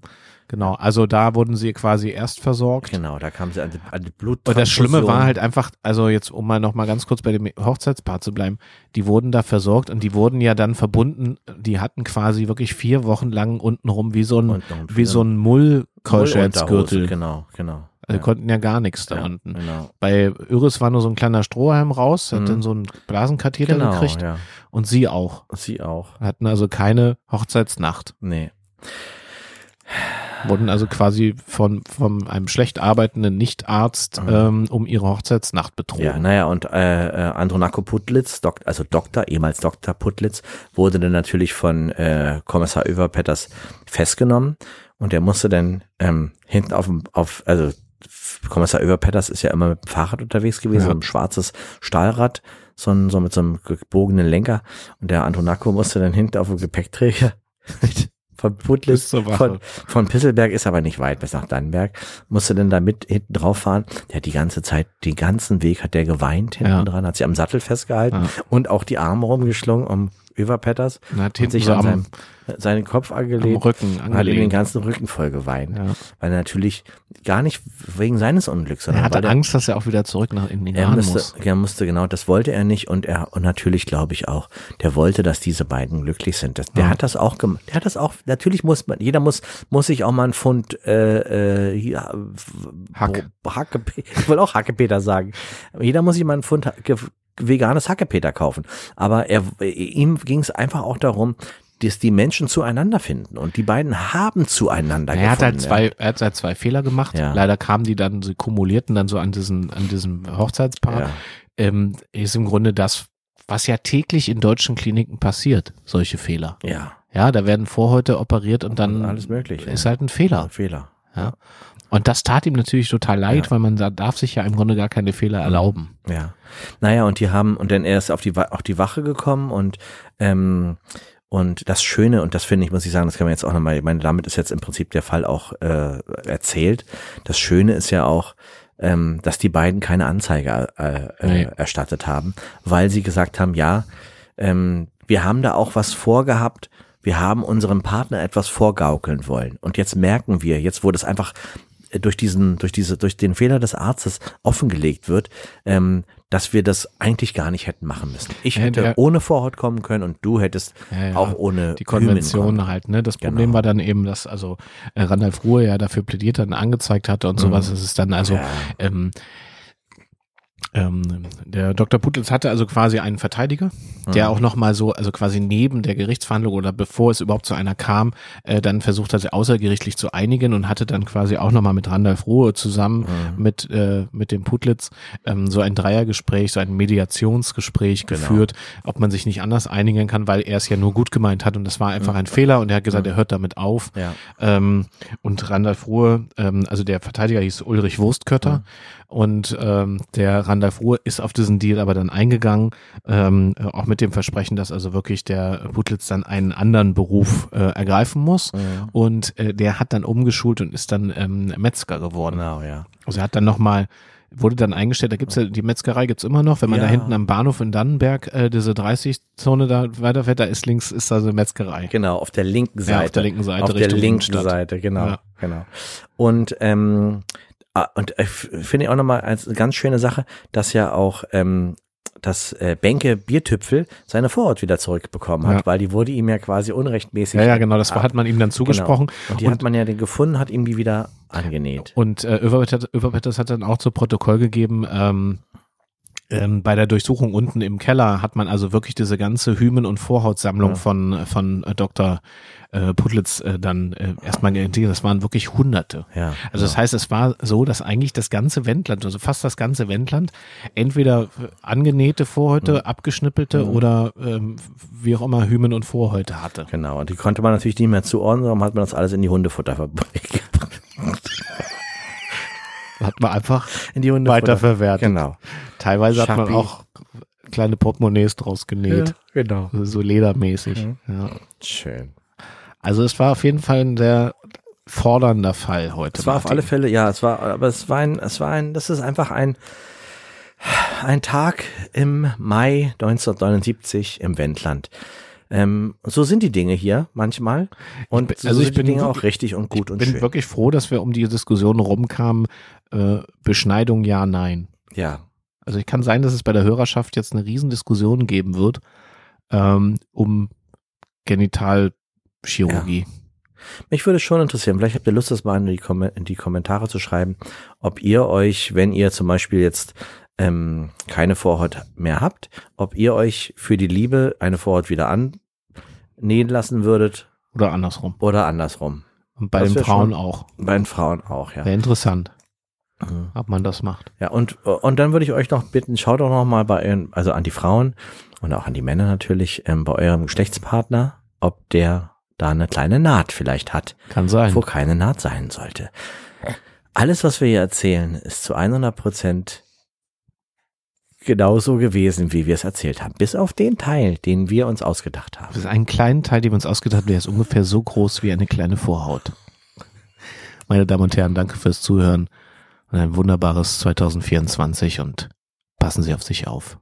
Speaker 1: Genau, also da wurden sie quasi erst versorgt.
Speaker 2: Genau, da kamen sie an die, an die
Speaker 1: Und
Speaker 2: Bluttransfusion.
Speaker 1: das Schlimme war halt einfach, also jetzt um mal noch mal ganz kurz bei dem Hochzeitspaar zu bleiben, die wurden da versorgt und die wurden ja dann verbunden, die hatten quasi wirklich vier Wochen lang untenrum wie so ein,
Speaker 2: Und noch ein-
Speaker 1: wie so ein
Speaker 2: Unterhose,
Speaker 1: Mull-Keuschheitsgürtel.
Speaker 2: Genau, genau.
Speaker 1: Also
Speaker 2: Ja,
Speaker 1: konnten ja gar nichts da
Speaker 2: ja,
Speaker 1: unten.
Speaker 2: Genau.
Speaker 1: Bei Iris war nur so ein kleiner Strohhalm raus, hat
Speaker 2: Mhm.
Speaker 1: dann so einen Blasenkatheter
Speaker 2: Genau,
Speaker 1: gekriegt
Speaker 2: ja.
Speaker 1: und sie auch.
Speaker 2: Sie auch.
Speaker 1: Hatten also keine Hochzeitsnacht,
Speaker 2: Nee.
Speaker 1: wurden also quasi von, von einem schlecht arbeitenden Nichtarzt
Speaker 2: Mhm.
Speaker 1: ähm, um ihre Hochzeitsnacht betrogen.
Speaker 2: Ja, naja, und äh, äh, Andronako Putlitz, Dok also Doktor, ehemals Doktor Putlitz, wurde dann natürlich von äh, Kommissar Överpetters festgenommen und er musste dann ähm, hinten auf dem, auf, also F- Kommissar Överpetters ist ja immer mit dem Fahrrad unterwegs gewesen,
Speaker 1: Ja.
Speaker 2: so ein schwarzes Stahlrad, so, ein, so mit so einem gebogenen Lenker und der Andronako musste dann hinten auf dem Gepäckträger [laughs] mit von
Speaker 1: Bis
Speaker 2: Putlitz,
Speaker 1: zur Wache.
Speaker 2: von, von Pisselberg ist aber nicht weit bis nach Dannenberg. Musste denn da mit hinten drauf fahren? Der hat die ganze Zeit, den ganzen Weg hat der geweint hinten
Speaker 1: Ja.
Speaker 2: dran, hat sich am Sattel festgehalten
Speaker 1: Ja.
Speaker 2: und auch die Arme rumgeschlungen um Överpetters
Speaker 1: Und hat
Speaker 2: und
Speaker 1: hinten
Speaker 2: sich
Speaker 1: so
Speaker 2: an
Speaker 1: am,
Speaker 2: seinem, seinen Kopf
Speaker 1: am
Speaker 2: angelehnt
Speaker 1: Rücken
Speaker 2: und hat ihm den
Speaker 1: angelegt.
Speaker 2: ganzen Rücken voll geweint.
Speaker 1: Ja.
Speaker 2: Weil er natürlich gar nicht wegen seines Unglücks,
Speaker 1: Er
Speaker 2: sondern
Speaker 1: hatte
Speaker 2: weil
Speaker 1: Angst, dass er auch wieder zurück nach in den
Speaker 2: er
Speaker 1: Iran
Speaker 2: musste,
Speaker 1: muss.
Speaker 2: er musste genau, das wollte er nicht und er und natürlich glaube ich auch, der wollte, dass diese beiden glücklich sind. Das, der
Speaker 1: Ja.
Speaker 2: hat das auch gemacht. Der hat das auch. Natürlich muss man, jeder muss muss sich auch mal einen Pfund äh, äh, hier,
Speaker 1: Hack.
Speaker 2: Bo- Hackepe- ich wollte auch Hackepeter sagen. Jeder muss sich mal einen Pfund ha- ge- veganes Hackepeter kaufen. Aber er, ihm ging es einfach auch darum, dass die Menschen zueinander finden und die beiden haben zueinander
Speaker 1: Er hat halt
Speaker 2: gefunden.
Speaker 1: zwei, er hat halt zwei Fehler gemacht.
Speaker 2: Ja.
Speaker 1: Leider kamen die dann, sie kumulierten dann so an diesen, an diesem Hochzeitspaar.
Speaker 2: Ja.
Speaker 1: Ähm, ist im Grunde das, was ja täglich in deutschen Kliniken passiert, solche Fehler.
Speaker 2: ja.
Speaker 1: Ja, da werden Vorhäute operiert und dann
Speaker 2: Alles Mögliche,
Speaker 1: ist
Speaker 2: ja.
Speaker 1: halt ein Fehler.
Speaker 2: Fehler.
Speaker 1: Ja. Und das tat ihm natürlich total leid,
Speaker 2: Ja.
Speaker 1: weil man da darf sich ja im Grunde gar keine Fehler erlauben.
Speaker 2: Ja. Naja, und die haben, und dann er ist auf die, Wa- auf die Wache gekommen und, ähm, und das Schöne, und das finde ich, muss ich sagen, das kann man jetzt auch nochmal, ich meine, damit ist jetzt im Prinzip der Fall auch äh, erzählt. Das Schöne ist ja auch, ähm, dass die beiden keine Anzeige äh, äh,
Speaker 1: Nee.
Speaker 2: erstattet haben, weil sie gesagt haben, ja, ähm, wir haben da auch was vorgehabt, wir haben unserem Partner etwas vorgaukeln wollen. Und jetzt merken wir, jetzt wo das einfach äh, durch diesen, durch diese, durch den Fehler des Arztes offengelegt wird, ähm, dass wir das eigentlich gar nicht hätten machen müssen. Ich
Speaker 1: Ja,
Speaker 2: hätte
Speaker 1: der-
Speaker 2: ohne Vorhaut kommen können und du hättest
Speaker 1: Ja, ja.
Speaker 2: auch ohne
Speaker 1: Die
Speaker 2: Hymen
Speaker 1: Konvention
Speaker 2: kommen.
Speaker 1: halt, ne? Das
Speaker 2: Äh, Genau.
Speaker 1: Problem war dann eben, dass also äh, Randolph Ruhe ja dafür plädiert hat und angezeigt hatte und sowas. Es ist dann also
Speaker 2: Mhm. Ja.
Speaker 1: ähm, ähm, der Dr. Putlitz hatte also quasi einen Verteidiger,
Speaker 2: Mhm.
Speaker 1: der auch nochmal so, also quasi neben der Gerichtsverhandlung oder bevor es überhaupt zu einer kam, äh, dann versucht hat, sie außergerichtlich zu einigen und hatte dann quasi auch nochmal mit Randolph Ruhe zusammen
Speaker 2: Mhm.
Speaker 1: mit, äh, mit dem Putlitz ähm, so ein Dreiergespräch, so ein Mediationsgespräch
Speaker 2: Genau.
Speaker 1: geführt, ob man sich nicht anders einigen kann, weil er es ja nur gut gemeint hat und das war einfach ein Fehler und er hat gesagt, er hört damit auf.
Speaker 2: Ja.
Speaker 1: Ähm, und Randolph Ruhe, ähm, also der Verteidiger hieß Ulrich Wurstkötter und ähm, der Randolph Ruhe ist auf diesen Deal aber dann eingegangen, ähm, äh, auch mit dem Versprechen, dass also wirklich der Putlitz dann einen anderen Beruf äh, ergreifen muss. Und äh, der hat dann umgeschult und ist dann ähm, Metzger geworden.
Speaker 2: Genau, ja.
Speaker 1: Also er hat dann nochmal, wurde dann eingestellt, da gibt's ja, die Metzgerei gibt's immer noch, wenn man
Speaker 2: Ja.
Speaker 1: da hinten am Bahnhof in Dannenberg äh, diese 30-Zone da weiterfährt, da ist links, ist da so eine Metzgerei.
Speaker 2: Genau, auf der linken Seite.
Speaker 1: Ja, auf der linken Seite,
Speaker 2: Auf der
Speaker 1: Richtung
Speaker 2: linken
Speaker 1: Innenstadt.
Speaker 2: Seite, genau,
Speaker 1: Ja.
Speaker 2: genau. Und ähm, ah, und äh, f- finde ich auch nochmal als eine ganz schöne Sache, dass ja auch ähm, dass äh, Benke Biertüpfel seine Vorhaut wieder zurückbekommen hat,
Speaker 1: Ja.
Speaker 2: weil die wurde ihm ja quasi unrechtmäßig.
Speaker 1: Ja, ja, genau, das war- hat man ihm dann
Speaker 2: Genau.
Speaker 1: zugesprochen.
Speaker 2: Und die hat man ja den gefunden, hat ihm die wieder angenäht.
Speaker 1: Und äh, Överpet hat- Överpetters hat dann auch zu Protokoll gegeben, ähm, ähm, bei der Durchsuchung unten im Keller hat man also wirklich diese ganze Hymen- und Vorhautsammlung von, von äh, Dr. Äh, Putlitz äh, dann äh, erstmal geentiert. Das waren wirklich Hunderte.
Speaker 2: Ja,
Speaker 1: also das heißt, es war so, dass eigentlich das ganze Wendland, also fast das ganze Wendland, entweder äh, angenähte Vorhäute,
Speaker 2: Mhm.
Speaker 1: abgeschnippelte oder ähm, wie auch immer Hymen und Vorhäute hatte.
Speaker 2: Genau, und die konnte man natürlich nicht mehr zuordnen, darum hat man das alles in die Hundefutterfabrik gebracht.
Speaker 1: Hat man einfach
Speaker 2: [laughs] In die
Speaker 1: weiterverwertet.
Speaker 2: Genau.
Speaker 1: Teilweise hat man
Speaker 2: Schappi.
Speaker 1: auch kleine Portemonnaies draus genäht,
Speaker 2: genau.
Speaker 1: Also so ledermäßig.
Speaker 2: Mhm.
Speaker 1: Ja.
Speaker 2: Schön.
Speaker 1: Also es war auf jeden Fall ein sehr fordernder Fall heute.
Speaker 2: Es war auf
Speaker 1: Martin.
Speaker 2: alle Fälle, ja, es war, aber es war ein, es war ein, das ist einfach ein, ein Tag im Mai 1979 im Wendland. Ähm, so sind die Dinge hier manchmal. Und
Speaker 1: Ich bin-
Speaker 2: so
Speaker 1: also
Speaker 2: sind
Speaker 1: ich
Speaker 2: die
Speaker 1: bin
Speaker 2: Dinge
Speaker 1: wirklich-
Speaker 2: auch richtig und gut und
Speaker 1: bin
Speaker 2: schön.
Speaker 1: wirklich froh, dass wir um die Diskussion rumkamen, äh, Beschneidung ja, nein.
Speaker 2: Ja.
Speaker 1: Also ich kann sein, dass es bei der Hörerschaft jetzt eine Riesendiskussion geben wird, ähm, um Genitalchirurgie.
Speaker 2: Mich würde schon interessieren, vielleicht habt ihr Lust, das mal in die, Kom in die Kommentare zu schreiben, ob ihr euch, wenn ihr zum Beispiel jetzt ähm, keine Vorhaut mehr habt, ob ihr euch für die Liebe eine Vorhaut wieder annähen lassen würdet
Speaker 1: Oder andersrum.
Speaker 2: oder andersrum.
Speaker 1: Und bei
Speaker 2: Das
Speaker 1: den
Speaker 2: wär
Speaker 1: Frauen
Speaker 2: schon-
Speaker 1: auch.
Speaker 2: Bei den Frauen auch, ja.
Speaker 1: Wäre interessant,
Speaker 2: Mhm.
Speaker 1: ob man das macht.
Speaker 2: Ja, und, und dann würde ich euch noch bitten, schaut doch noch mal bei euren, also an die Frauen und auch an die Männer natürlich, ähm, bei eurem Geschlechtspartner, ob der da eine kleine Naht vielleicht hat,
Speaker 1: Kann sein.
Speaker 2: wo keine Naht sein sollte. Alles, was wir hier erzählen, ist zu 100 Prozent genauso gewesen, wie wir es erzählt haben. Bis auf den Teil, den wir uns ausgedacht haben.
Speaker 1: Das ist einen kleinen Teil, den wir uns ausgedacht haben, der ist ungefähr so groß wie eine kleine Vorhaut. Meine Damen und Herren, danke fürs Zuhören und ein wunderbares 2024 und passen Sie auf sich auf.